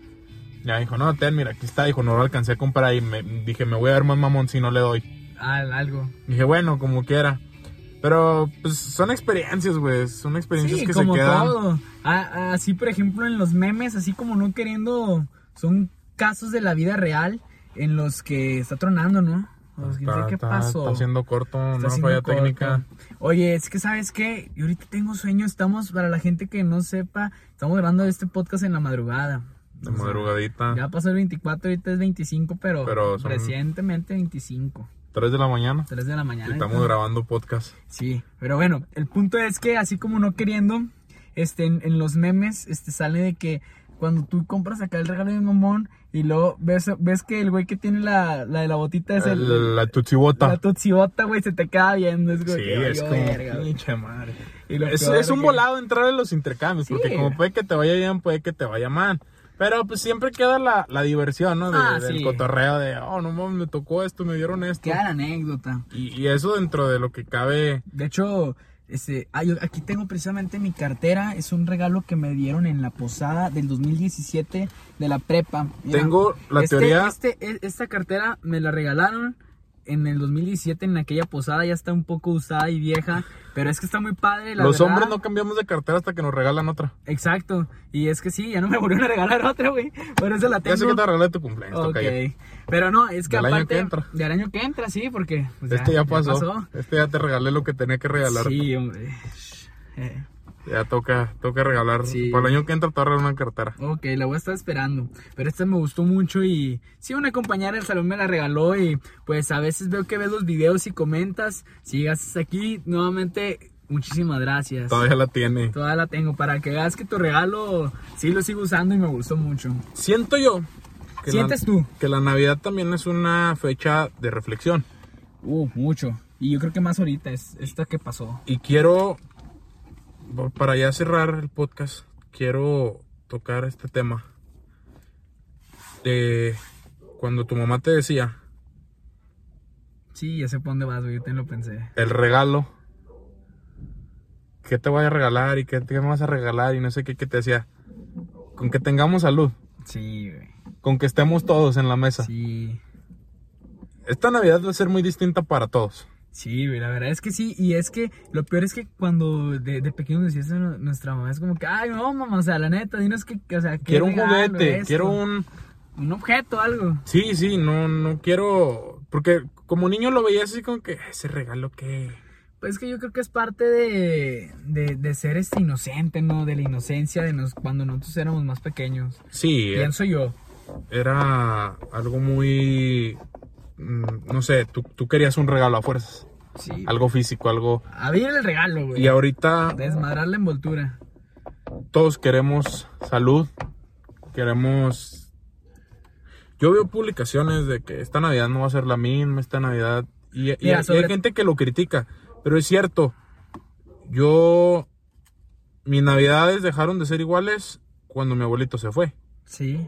Speaker 2: Ya dijo, no, ten, mira, aquí está. Dijo, no lo alcancé a comprar y me, dije, me voy a ver más mamón si no le doy.
Speaker 1: Ah, algo.
Speaker 2: Dije, bueno, como quiera. Pero, pues, son experiencias, güey. Son experiencias
Speaker 1: Sí,
Speaker 2: que
Speaker 1: como
Speaker 2: se quedan.
Speaker 1: todo. Ah, así, por ejemplo, en los memes, así como no queriendo. Son casos de la vida real en los que está tronando, ¿no? O sea, Pues, quién sabe
Speaker 2: Está,
Speaker 1: qué
Speaker 2: está-
Speaker 1: pasó.
Speaker 2: está haciendo corto, una
Speaker 1: haciendo
Speaker 2: falla
Speaker 1: corto.
Speaker 2: técnica.
Speaker 1: Oye, es que sabes qué, yo ahorita tengo sueño, estamos, para la gente que no sepa, estamos grabando este podcast en la madrugada.
Speaker 2: De
Speaker 1: O sea,
Speaker 2: madrugadita.
Speaker 1: Ya pasó el 24, ahorita es 25, pero,
Speaker 2: Pero son-
Speaker 1: recientemente 25,
Speaker 2: 3 de la mañana.
Speaker 1: 3 de la mañana.
Speaker 2: Estamos
Speaker 1: entonces-
Speaker 2: grabando podcast.
Speaker 1: Sí, pero bueno, el punto es que así como no queriendo, este, en, en los memes, este, sale de que cuando tú compras acá el regalo de mamón y luego ves, ves que el güey que tiene la, la de la botita es el...
Speaker 2: la tutsibota.
Speaker 1: La tutsibota, güey, se te queda viendo. Es como,
Speaker 2: Tota. Sí,
Speaker 1: que,
Speaker 2: es
Speaker 1: "Ay,
Speaker 2: como
Speaker 1: verga, güey".
Speaker 2: pinche madre.
Speaker 1: Y lo
Speaker 2: Es,
Speaker 1: peor
Speaker 2: es un
Speaker 1: que-
Speaker 2: volado entrar en los intercambios,
Speaker 1: Sí.
Speaker 2: porque como puede que te vaya bien, puede que te vaya mal. Pero pues siempre queda la, la diversión, ¿no? De-
Speaker 1: Ah,
Speaker 2: del
Speaker 1: sí.
Speaker 2: cotorreo de, oh, no mames, me tocó esto, me dieron esto.
Speaker 1: Queda la anécdota.
Speaker 2: Y, y eso dentro de lo que cabe.
Speaker 1: De hecho, este, ah, yo aquí tengo precisamente mi cartera. Es un regalo que me dieron en la posada del 2017 de la prepa. Mira,
Speaker 2: Tengo la
Speaker 1: este-
Speaker 2: teoría.
Speaker 1: este- e- esta cartera me la regalaron en el 2017 en aquella posada. Ya está un poco usada y vieja. Pero es que está muy padre. La
Speaker 2: los
Speaker 1: verdad.
Speaker 2: hombres no cambiamos de cartera hasta que nos regalan otra.
Speaker 1: Exacto. Y es que sí, ya no me volvieron a regalar otra, güey. Por eso la tengo.
Speaker 2: Ya sé que te regalé tu cumpleaños,
Speaker 1: Ok.
Speaker 2: tocayo.
Speaker 1: Pero no, es que
Speaker 2: Del año
Speaker 1: aparte.
Speaker 2: que entra.
Speaker 1: Del año que entra, sí, porque. pues,
Speaker 2: Este ya, pasó. Este ya te regalé lo que tenía que regalar.
Speaker 1: Sí, hombre. Eh,
Speaker 2: Ya toca, toca regalar.
Speaker 1: Sí.
Speaker 2: Para el año que entra te voy a regalar una cartera.
Speaker 1: ok, la voy a estar esperando. Pero esta me gustó mucho y sí, una compañera del salón me la regaló y pues a veces veo que ves los videos y comentas. Si llegas hasta aquí, nuevamente, muchísimas gracias.
Speaker 2: Todavía la tiene.
Speaker 1: Todavía la tengo para que veas que tu regalo sí lo sigo usando y me gustó mucho.
Speaker 2: Siento yo. que la-
Speaker 1: ¿Sientes tú?
Speaker 2: que la Navidad también es una fecha de reflexión.
Speaker 1: Uh, mucho. Y yo creo que más ahorita es esta que pasó.
Speaker 2: Y quiero, para ya cerrar el podcast, quiero tocar este tema. De cuando tu mamá te decía
Speaker 1: Sí, ya sé por dónde vas, güey. Yo también lo pensé.
Speaker 2: el regalo, qué te voy a regalar y qué te me vas a regalar y no sé qué, que te decía, con que tengamos salud,
Speaker 1: Sí, güey.
Speaker 2: con que estemos todos en la mesa.
Speaker 1: Sí.
Speaker 2: Esta Navidad va a ser muy distinta para todos.
Speaker 1: Sí, güey, la verdad es que sí. Y es que lo peor es que cuando de, de pequeños decía eso nu- nuestra mamá, es como que, ay, no, mamá, o sea, la neta, dinos que, o sea, ¿qué
Speaker 2: Quiero un
Speaker 1: regalo,
Speaker 2: juguete,
Speaker 1: esto?
Speaker 2: quiero un...
Speaker 1: Un objeto, algo.
Speaker 2: Sí, sí, no, no quiero... Porque como niño lo veía así como que, ese regalo que...
Speaker 1: Pues es que yo creo que es parte de, de, de ser este inocente, ¿no? De la inocencia de nos, cuando nosotros éramos más pequeños.
Speaker 2: Sí, eh,
Speaker 1: Pienso yo.
Speaker 2: era algo muy... mm, No sé, tú, tú querías un regalo a fuerzas,
Speaker 1: Sí.
Speaker 2: algo físico, algo...
Speaker 1: Abrir el regalo, güey.
Speaker 2: Y ahorita
Speaker 1: Desmadrar la envoltura.
Speaker 2: todos queremos salud, queremos... Yo veo publicaciones de que esta Navidad no va a ser la misma, esta Navidad... Y, y-
Speaker 1: Mira,
Speaker 2: y
Speaker 1: sobre-
Speaker 2: hay gente que lo critica, pero es cierto, yo... Mis Navidades dejaron de ser iguales cuando mi abuelito se fue.
Speaker 1: Sí.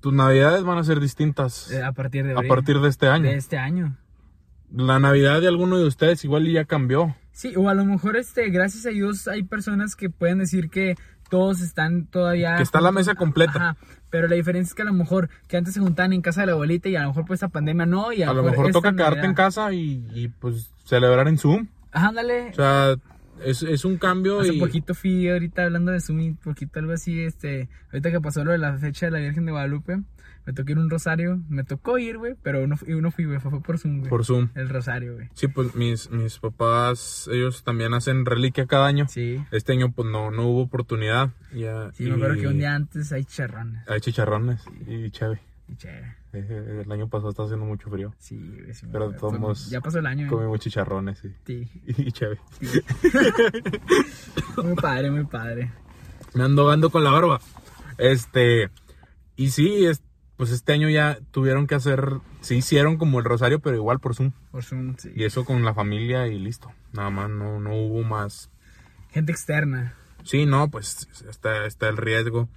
Speaker 2: Tus Navidades van a ser distintas
Speaker 1: eh, A partir de
Speaker 2: a
Speaker 1: ahorita,
Speaker 2: partir de este año.
Speaker 1: de este año.
Speaker 2: La Navidad de alguno de ustedes igual y ya cambió.
Speaker 1: Sí, o a lo mejor, este, gracias a Dios, hay personas que pueden decir que todos están todavía.
Speaker 2: Que está la mesa completa.
Speaker 1: Ajá, pero la diferencia es que a lo mejor que antes se juntaban en casa de la abuelita y a lo mejor pues esta pandemia no y a,
Speaker 2: A lo mejor
Speaker 1: esta
Speaker 2: toca quedarte en
Speaker 1: Navidad.
Speaker 2: casa y, y, pues celebrar en Zoom.
Speaker 1: Ajá, ándale.
Speaker 2: O sea, es, es un cambio
Speaker 1: Hace
Speaker 2: y...
Speaker 1: poquito fui ahorita hablando de Zoom y poquito algo así, este, ahorita que pasó lo de la fecha de la Virgen de Guadalupe, me tocó ir a un rosario, me tocó ir, güey, pero uno, y uno fui, güey, fue, fue por Zoom, güey.
Speaker 2: por Zoom.
Speaker 1: El rosario, güey.
Speaker 2: Sí, pues mis, mis papás, ellos también hacen reliquia cada año.
Speaker 1: Sí.
Speaker 2: Este año pues no, no hubo oportunidad. Ya,
Speaker 1: Sí, me acuerdo que un día antes hay charrones.
Speaker 2: Hay chicharrones y cheve.
Speaker 1: Y chévere.
Speaker 2: Eh, El año pasado está haciendo mucho frío.
Speaker 1: Sí, güey, sí me
Speaker 2: Pero
Speaker 1: acuerdo.
Speaker 2: todos
Speaker 1: Fue-
Speaker 2: modos,
Speaker 1: Ya pasó el año, güey.
Speaker 2: Comimos chicharrones y,
Speaker 1: Sí.
Speaker 2: y cheve.
Speaker 1: Muy padre, muy padre.
Speaker 2: Me ando dando con la barba. Este, y sí, es- pues este año ya tuvieron que hacer, sí hicieron como el rosario, pero igual por Zoom.
Speaker 1: Por Zoom, sí.
Speaker 2: Y eso con la familia y listo. Nada más, no, no hubo más
Speaker 1: Gente externa.
Speaker 2: Sí, no, pues está, está el riesgo.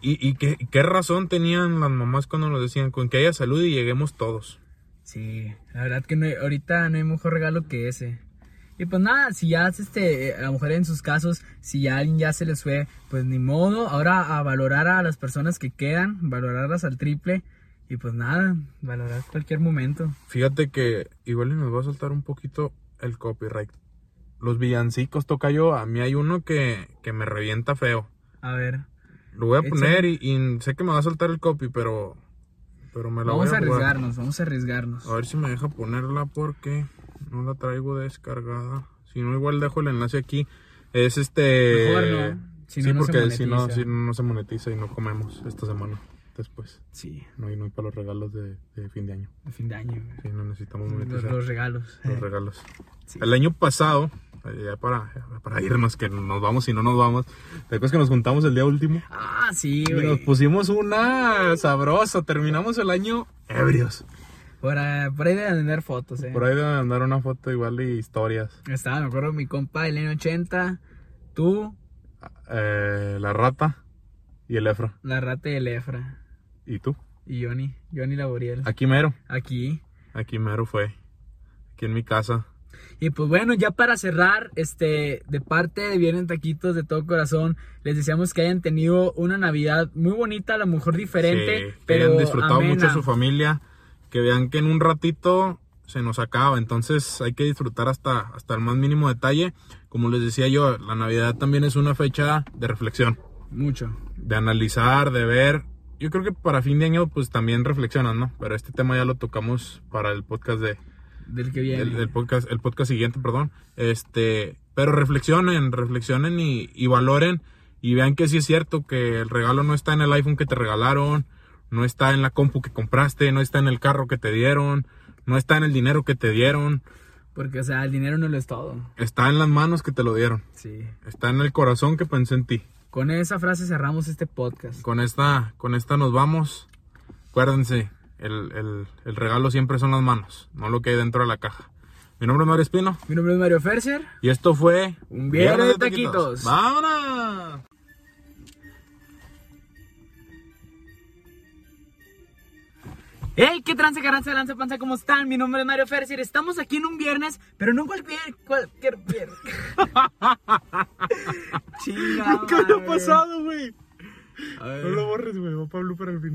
Speaker 2: ¿Y, y qué, qué razón tenían las mamás cuando nos decían con que haya salud y lleguemos todos?
Speaker 1: Sí, la verdad que no hay- ahorita no hay mejor regalo que ese. Y pues nada, si ya este, eh, a lo mejor en sus casos, si ya alguien ya se les fue, pues ni modo. Ahora a valorar a las personas que quedan, valorarlas al triple. Y pues nada, valorar cualquier momento.
Speaker 2: Fíjate que igual y nos va a saltar un poquito el copyright. Los villancicos toca yo, a mí hay uno que, que me revienta feo.
Speaker 1: A ver,
Speaker 2: Lo voy a poner y, y sé que me va a saltar el copy, pero, pero me la
Speaker 1: vamos a,
Speaker 2: voy a, jugar.
Speaker 1: arriesgarnos, vamos a arriesgarnos.
Speaker 2: A ver si me deja ponerla porque no la traigo descargada. Si no, igual dejo el enlace aquí. Es este.
Speaker 1: Mejor no, si no,
Speaker 2: sí,
Speaker 1: no se
Speaker 2: porque si, no,
Speaker 1: monetiza.
Speaker 2: si no, no se monetiza y no comemos esta semana. Después.
Speaker 1: Sí,
Speaker 2: No hay, no hay para los regalos de, de fin de año.
Speaker 1: a fin de año. güey.
Speaker 2: Sí, no necesitamos
Speaker 1: Los,
Speaker 2: monetizar
Speaker 1: los
Speaker 2: los,
Speaker 1: regalos. Eh.
Speaker 2: regalos.
Speaker 1: Sí.
Speaker 2: El año pasado, eh, ya para, para irnos, que nos vamos y no nos vamos. ¿Te acuerdas que nos juntamos el día último?
Speaker 1: Ah, sí,
Speaker 2: Y nos
Speaker 1: güey.
Speaker 2: pusimos una sabrosa. Terminamos el año ebrios.
Speaker 1: Por, ah, por ahí de tener fotos, eh.
Speaker 2: Por ahí de andar una foto igual y historias.
Speaker 1: Estaba, me acuerdo, mi compa del N80, tú,
Speaker 2: Eh, la rata y el Efra.
Speaker 1: la rata y el Efra.
Speaker 2: ¿Y tú?
Speaker 1: Y Johnny, Johnny Laboriel.
Speaker 2: Aquí mero.
Speaker 1: Aquí.
Speaker 2: Aquí mero fue. Aquí en mi casa.
Speaker 1: Y pues bueno, ya para cerrar, este, de parte de Vienen Taquitos de todo corazón, les deseamos que hayan tenido una Navidad muy bonita, a lo mejor diferente,
Speaker 2: Sí, que
Speaker 1: pero
Speaker 2: hayan disfrutado
Speaker 1: amena.
Speaker 2: mucho su familia. Que vean que en un ratito se nos acaba. Entonces hay que disfrutar hasta, hasta el más mínimo detalle. Como les decía yo, la Navidad también es una fecha de reflexión.
Speaker 1: Mucho.
Speaker 2: De analizar, de ver. Yo creo que para fin de año pues también reflexionan, ¿no? Pero este tema ya lo tocamos para el podcast de,
Speaker 1: Del que viene.
Speaker 2: el, el podcast, el podcast siguiente, perdón. Este, pero reflexionen, reflexionen y, y valoren y vean que sí es cierto que el regalo no está en el iPhone que te regalaron, no está en la compu que compraste, no está en el carro que te dieron, no está en el dinero que te dieron,
Speaker 1: Porque, o sea, el dinero no lo es todo.
Speaker 2: está en las manos que te lo dieron,
Speaker 1: Sí.
Speaker 2: está en el corazón que pensé en ti.
Speaker 1: Con esa frase cerramos este podcast.
Speaker 2: Con esta, con esta nos vamos. Acuérdense, el, el- el regalo siempre son las manos, no lo que hay dentro de la caja. Mi nombre es Mario Espino.
Speaker 1: Mi nombre es Mario Ferser.
Speaker 2: Y esto fue
Speaker 1: Un viernes de taquitos.
Speaker 2: ¡Vámonos!
Speaker 1: Hey, qué trance, garanza, lanza, panza, ¿cómo están? Mi nombre es Mario Fercier. Estamos aquí en un viernes, pero no cualquier, cualquier viernes. Chinga.
Speaker 2: Nunca había
Speaker 1: madre.
Speaker 2: pasado, güey.
Speaker 1: A ver.
Speaker 2: No lo borres, güey. Va Pablo para el final.